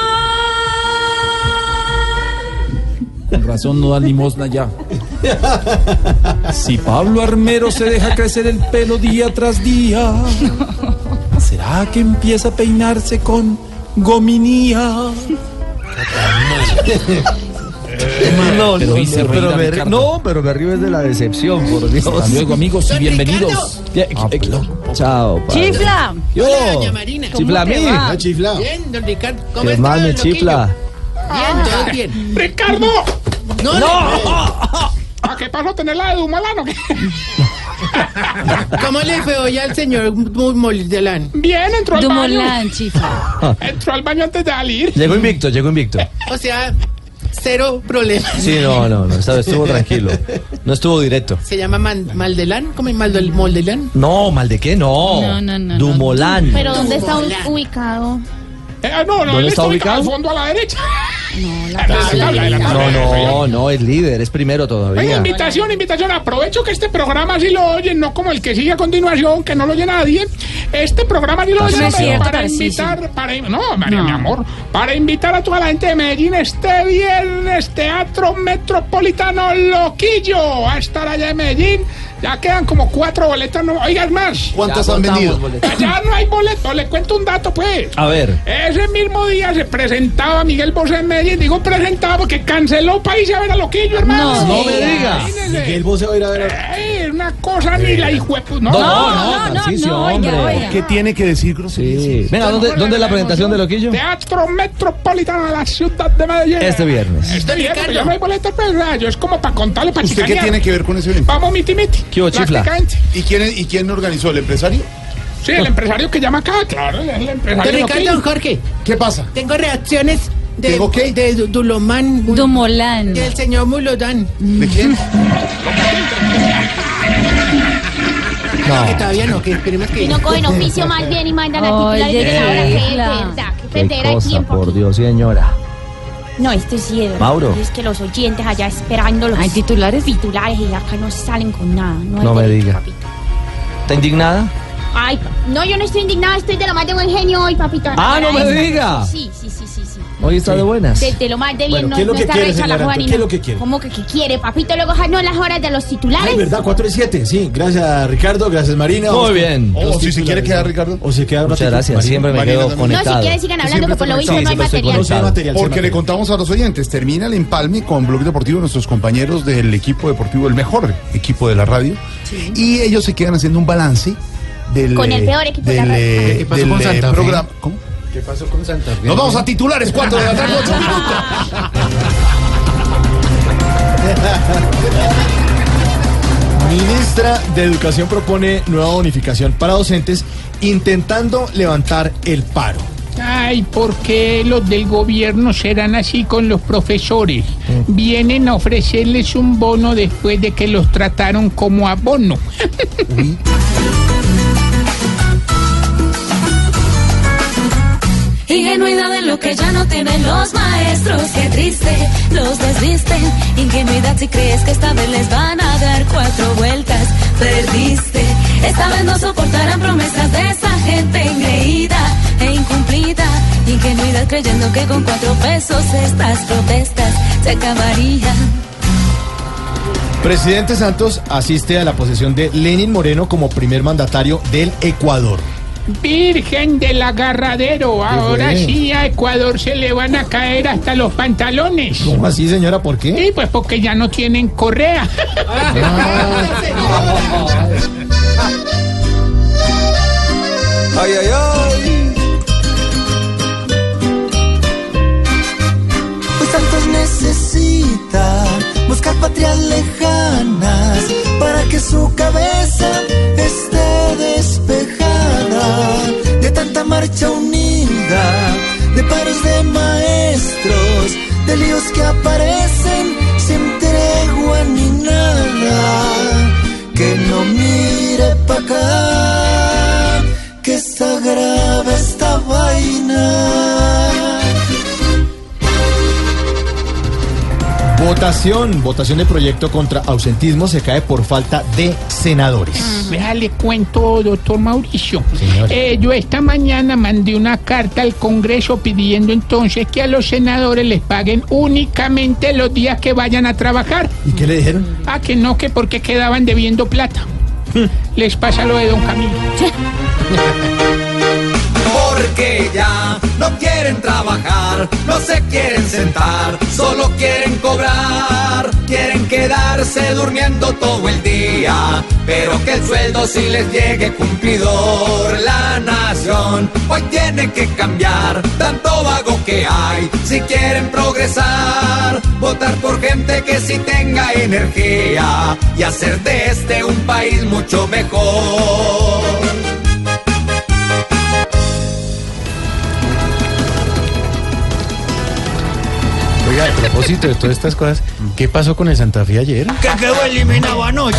Speaker 2: Con razón no dan limosna ya. Si Pablo Armero se deja crecer el pelo día tras día, ¿será Kaká que empieza a peinarse con gominía.
Speaker 9: No,
Speaker 2: Pero
Speaker 9: no,
Speaker 2: hice
Speaker 9: no,
Speaker 2: reír
Speaker 9: pero
Speaker 2: a
Speaker 9: me-
Speaker 2: Ricardo.
Speaker 9: no, pero me río es de la decepción, por Dios. Ah,
Speaker 2: Hasta luego, amigos, y bienvenidos. eh,
Speaker 9: Chao, padre.
Speaker 6: Chifla.
Speaker 9: Yo.
Speaker 16: Hola, doña Marina.
Speaker 9: ¿Cómo Chifla a te mí. va? No, chifla.
Speaker 16: Bien, don Ricardo. ¿Cómo
Speaker 9: Que
Speaker 16: está,
Speaker 9: más
Speaker 16: don
Speaker 9: me
Speaker 16: Loquillo?
Speaker 9: chifla. Ah.
Speaker 16: Bien, todo bien.
Speaker 31: ¡Ricardo!
Speaker 16: No,
Speaker 31: ¿A qué paso tener la de Dumalano?
Speaker 16: ¿Cómo le fue hoy al señor Mu- Moldelán?
Speaker 31: Bien, entró al
Speaker 6: Dumoulin,
Speaker 31: baño. Entró al baño antes de salir.
Speaker 9: Ah. Llegó invicto, llegó invicto.
Speaker 16: O sea, cero problemas.
Speaker 9: Sí, no, no, no, esta vez estuvo tranquilo. No estuvo directo.
Speaker 16: ¿Se llama Man- Maldelán? ¿Cómo es Maldol- Moldelán?
Speaker 9: No, mal de qué, no.
Speaker 16: No, no, no, no.
Speaker 9: Dumolán.
Speaker 16: Pero ¿dónde está un-
Speaker 32: ubicado?
Speaker 31: Eh, no, no,
Speaker 9: ¿Dónde
Speaker 31: él
Speaker 9: está ubicado?
Speaker 31: Al fondo a la derecha. No, la
Speaker 9: No, no, no, es líder, es primero
Speaker 31: Venga,
Speaker 9: todavía.
Speaker 31: invitación, invitación. Aprovecho que este programa sí lo oyen, no como el que sigue a continuación, que no lo oye nadie. Este programa sí lo
Speaker 16: No
Speaker 31: oyen
Speaker 16: es cierto,
Speaker 31: para
Speaker 16: Tarcisio.
Speaker 31: invitar, para in- no, María,
Speaker 16: No.
Speaker 31: mi amor, para invitar a toda la gente de Medellín este viernes Teatro Metropolitano Loquillo a estar allá en Medellín. Ya quedan como cuatro boletas, no, oigan más.
Speaker 24: ¿Cuántas Ya han agotamos vendido? boletas.
Speaker 31: Ya no hay boletos, le cuento un dato pues.
Speaker 24: A ver.
Speaker 31: Ese mismo día se presentaba Miguel Bosé en Medellín. Digo presentaba porque canceló para irse a ver a Loquillo, hermano.
Speaker 24: No, no me diga.
Speaker 31: Imagínense.
Speaker 24: Miguel Bosé va a ir a ver a... Eh,
Speaker 31: Eh, una cosa ni la hijuepu... No,
Speaker 24: No,
Speaker 31: no, no,
Speaker 9: Tarcisio, hombre.
Speaker 24: ¿Qué tiene que decir groserías?
Speaker 9: Venga, ¿dónde, dónde es la presentación de Loquillo?
Speaker 31: Teatro Metropolitano de la ciudad de Medellín.
Speaker 9: Este viernes.
Speaker 31: Este viernes, pero yo no hay boletos, pero ah, yo es como para contarle, para
Speaker 24: ¿Usted qué tiene que ver con ese evento?
Speaker 31: Vamos miti miti.
Speaker 24: ¿Qué hubo, chifla?
Speaker 31: Prácticamente.
Speaker 24: ¿Y quién, ¿Y quién organizó? ¿El empresario?
Speaker 31: Sí, el empresario que llama acá, claro, el, el empresario.
Speaker 16: Don Ricardo, don Jorge.
Speaker 24: ¿Qué pasa?
Speaker 16: Tengo reacciones de, de Du- Dulomán.
Speaker 6: Dumolán.
Speaker 16: Del señor Mulodán.
Speaker 24: ¿De quién?
Speaker 16: No, que todavía no, que esperemos que...
Speaker 32: Si no cogen oficio más bien y mandan a titular y
Speaker 16: Oye,
Speaker 32: dicen ahora que es
Speaker 16: Sheila.
Speaker 32: verdad, que
Speaker 9: Qué
Speaker 32: perder el
Speaker 9: cosa,
Speaker 32: tiempo.
Speaker 9: por Dios, señora.
Speaker 32: No, esto sí es verdad.
Speaker 9: Mauro.
Speaker 32: Es que los oyentes allá esperando los... ¿Hay titulares? Titulares y acá no salen con nada. No, hay
Speaker 9: No me
Speaker 32: derecho.
Speaker 9: diga. ¿Está indignada?
Speaker 32: Ay, no, yo no estoy indignada, estoy de lo más de buen genio hoy, papito.
Speaker 9: Ah, no me
Speaker 32: Agradezco.
Speaker 9: diga.
Speaker 32: Sí, sí, sí, sí, sí.
Speaker 9: Hoy está de buenas.
Speaker 32: De, de lo más de bien,
Speaker 9: Bueno,
Speaker 32: no,
Speaker 9: ¿qué es lo
Speaker 32: no
Speaker 9: que
Speaker 32: está
Speaker 9: quiere,
Speaker 32: recha la
Speaker 9: señora?
Speaker 32: Juanina.
Speaker 9: ¿Qué es lo que quiere?
Speaker 32: ¿Cómo que, que quiere, papito? Luego, ah, no, las horas de los titulares.
Speaker 24: Ay, ¿verdad? 4 y 7, sí. Gracias, a Ricardo. Gracias, Marina.
Speaker 9: Muy
Speaker 24: Oscar.
Speaker 9: bien.
Speaker 24: O
Speaker 9: Los
Speaker 24: Oh, si se
Speaker 9: titulares,
Speaker 24: quiere quedar,
Speaker 9: ¿no?
Speaker 24: Ricardo. O si queda
Speaker 9: Muchas gracias, siempre me quedo conectado. No, si quiere sigan hablando, que por lo visto no hay material.
Speaker 24: No hay material.
Speaker 9: Porque
Speaker 24: Porque le contamos a los oyentes, termina el empalme con Blog Deportivo, nuestros compañeros del equipo deportivo, el mejor equipo de la radio. Y ellos se quedan haciendo un balance del...
Speaker 32: Con el
Speaker 24: eh,
Speaker 32: peor equipo de la
Speaker 24: del,
Speaker 32: radio.
Speaker 24: eh, ¿Qué pasó con del, eh, Santa Fe? programa- ¿Cómo? ¿Qué pasó con Santa Fe? Nos vamos a titulares, 4 de la tarde, 8 minutos.
Speaker 4: Ministra de Educación propone nueva bonificación para docentes intentando levantar el paro.
Speaker 31: Ay, ¿por qué los del gobierno serán así con los profesores? Vienen a ofrecerles un bono después de que los trataron como abono.
Speaker 20: Ingenuidad en lo que ya no tienen los maestros, qué triste, los desvisten. Ingenuidad si crees que esta vez les van a dar cuatro vueltas, perdiste. Esta vez no soportarán promesas de esa gente engreída e incumplida. Ingenuidad creyendo que con cuatro pesos estas protestas se acabarían.
Speaker 4: Presidente Santos asiste a la posesión de Lenin Moreno como primer mandatario del Ecuador.
Speaker 31: Virgen del agarradero, ahora sí a Ecuador se le van a caer hasta los pantalones.
Speaker 4: ¿Cómo así, señora? ¿Por qué? Ah.
Speaker 31: Sí, pues porque ya no tienen correa.
Speaker 33: Ay, ay, ay.
Speaker 23: Pues Santos necesita buscar patrias lejanas para que su cabeza esté despejada de tanta marcha unida, de paros de maestros, de líos que aparecen sin tregua ni nada. Que no mire pa' acá, que está grave esta vaina.
Speaker 4: Votación, votación de proyecto contra ausentismo se cae por falta de senadores.
Speaker 31: Déjale cuento, doctor Mauricio.
Speaker 4: Señor.
Speaker 31: Eh, yo esta mañana mandé una carta al Congreso pidiendo entonces que a los senadores les paguen únicamente los días que vayan a trabajar.
Speaker 4: ¿Y qué le dijeron?
Speaker 31: Ah, que no, que porque quedaban debiendo plata. les pasa lo de don Camilo.
Speaker 2: porque ya no quieren trabajar, no se quieren sentar, solo quieren cobrar, quieren quedarse durmiendo todo el día, pero que el sueldo si les llegue cumplidor. La nación hoy tiene que cambiar, tanto vago que hay, si quieren progresar, votar por gente que sí tenga energía y hacer de este un país mucho mejor.
Speaker 3: Oiga, a propósito de todas estas cosas, ¿qué pasó con el Santa Fe ayer?
Speaker 4: Que quedó eliminado anoche.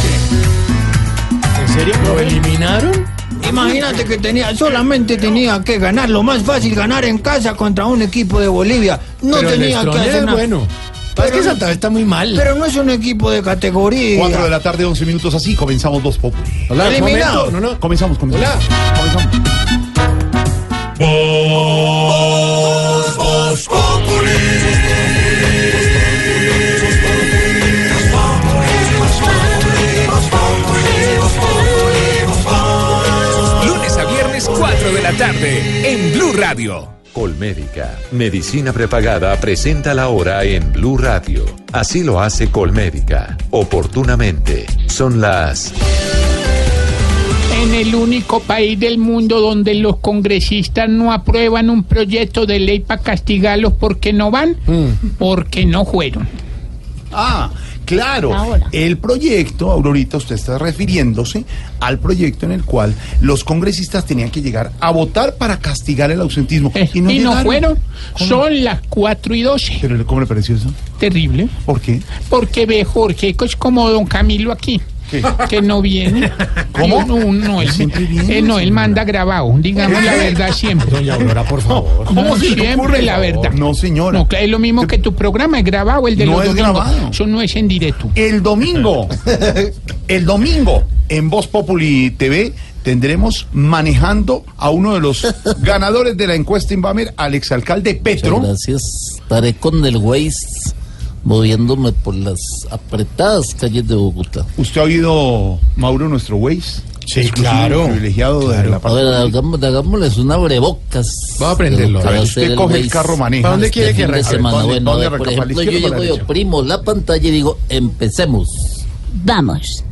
Speaker 3: ¿En serio?
Speaker 4: ¿Lo eliminaron? Imagínate que tenía, solamente tenía que ganar. Lo más fácil, ganar en casa contra un equipo de Bolivia. No
Speaker 3: Pero el
Speaker 4: tenía que
Speaker 3: Strong
Speaker 4: hacer
Speaker 3: es
Speaker 4: nada.
Speaker 3: bueno.
Speaker 4: Pero
Speaker 3: Es que
Speaker 4: no-
Speaker 3: Santa Fe está muy mal.
Speaker 4: Pero no es un equipo de categoría.
Speaker 24: 4 de la tarde, 11 minutos, así comenzamos Voz Populi.
Speaker 4: Hola, Eliminado.
Speaker 24: No, no, comenzamos, comenzamos.
Speaker 12: Lunes a viernes 4 de la tarde en Blue Radio.
Speaker 1: Colmédica, medicina prepagada, presenta la hora en Blue Radio. Así lo hace Colmédica, oportunamente. Son las
Speaker 16: En el único país del mundo donde los congresistas no aprueban un proyecto de ley para castigarlos porque no van, porque no fueron.
Speaker 24: Ah, claro. El proyecto, Aurorita, usted está refiriéndose al proyecto en el cual los congresistas tenían que llegar a votar para castigar el ausentismo. y no,
Speaker 16: Eh, y no
Speaker 24: llegaron.
Speaker 16: fueron.
Speaker 24: ¿Cómo?
Speaker 16: Son las 4 y 12.
Speaker 24: ¿Pero cómo le pareció eso?
Speaker 16: Terrible.
Speaker 24: ¿Por qué?
Speaker 16: Porque ve Jorge, que es como don Camilo aquí. Que no viene. ¿Cómo? No, no, él, eh, no, él manda grabado. Digamos la
Speaker 24: Eh.
Speaker 16: verdad siempre.
Speaker 3: Doña Aurora, por favor.
Speaker 16: No, siempre la verdad.
Speaker 24: No, señora.
Speaker 16: No, claro, es lo mismo que tu programa, es grabado el de
Speaker 24: No
Speaker 16: los
Speaker 24: es
Speaker 16: domingos.
Speaker 24: grabado.
Speaker 16: Eso no es en directo.
Speaker 24: El domingo, el domingo, en Voz Populi TV, tendremos manejando a uno de los ganadores de la encuesta Inbamer, al exalcalde Petro.
Speaker 14: Gracias. Estaré con el Waze moviéndome por las apretadas calles de Bogotá.
Speaker 24: ¿Usted ha oído, Mauro, nuestro Waze?
Speaker 14: Sí,
Speaker 24: Exclusivo,
Speaker 14: claro.
Speaker 24: Privilegiado de la
Speaker 14: A
Speaker 24: parte
Speaker 14: ver, hagamos- hagámosles una abrebocas.
Speaker 24: Vamos a aprenderlo.
Speaker 14: de lo que
Speaker 24: A ver,
Speaker 14: va
Speaker 24: usted
Speaker 14: hacer
Speaker 24: coge el
Speaker 14: Waze
Speaker 24: carro, maneja. ¿Para dónde
Speaker 14: este
Speaker 24: quiere que
Speaker 14: fin de
Speaker 24: arranque?
Speaker 14: semana?
Speaker 24: A ver, ¿para
Speaker 14: Bueno,
Speaker 24: dónde
Speaker 14: a ver, por
Speaker 24: arranca? ¿Para la
Speaker 14: ejemplo, yo
Speaker 24: izquierda o para
Speaker 14: llego
Speaker 24: la
Speaker 14: y
Speaker 24: derecha?
Speaker 14: oprimo la pantalla y digo, empecemos. Vamos.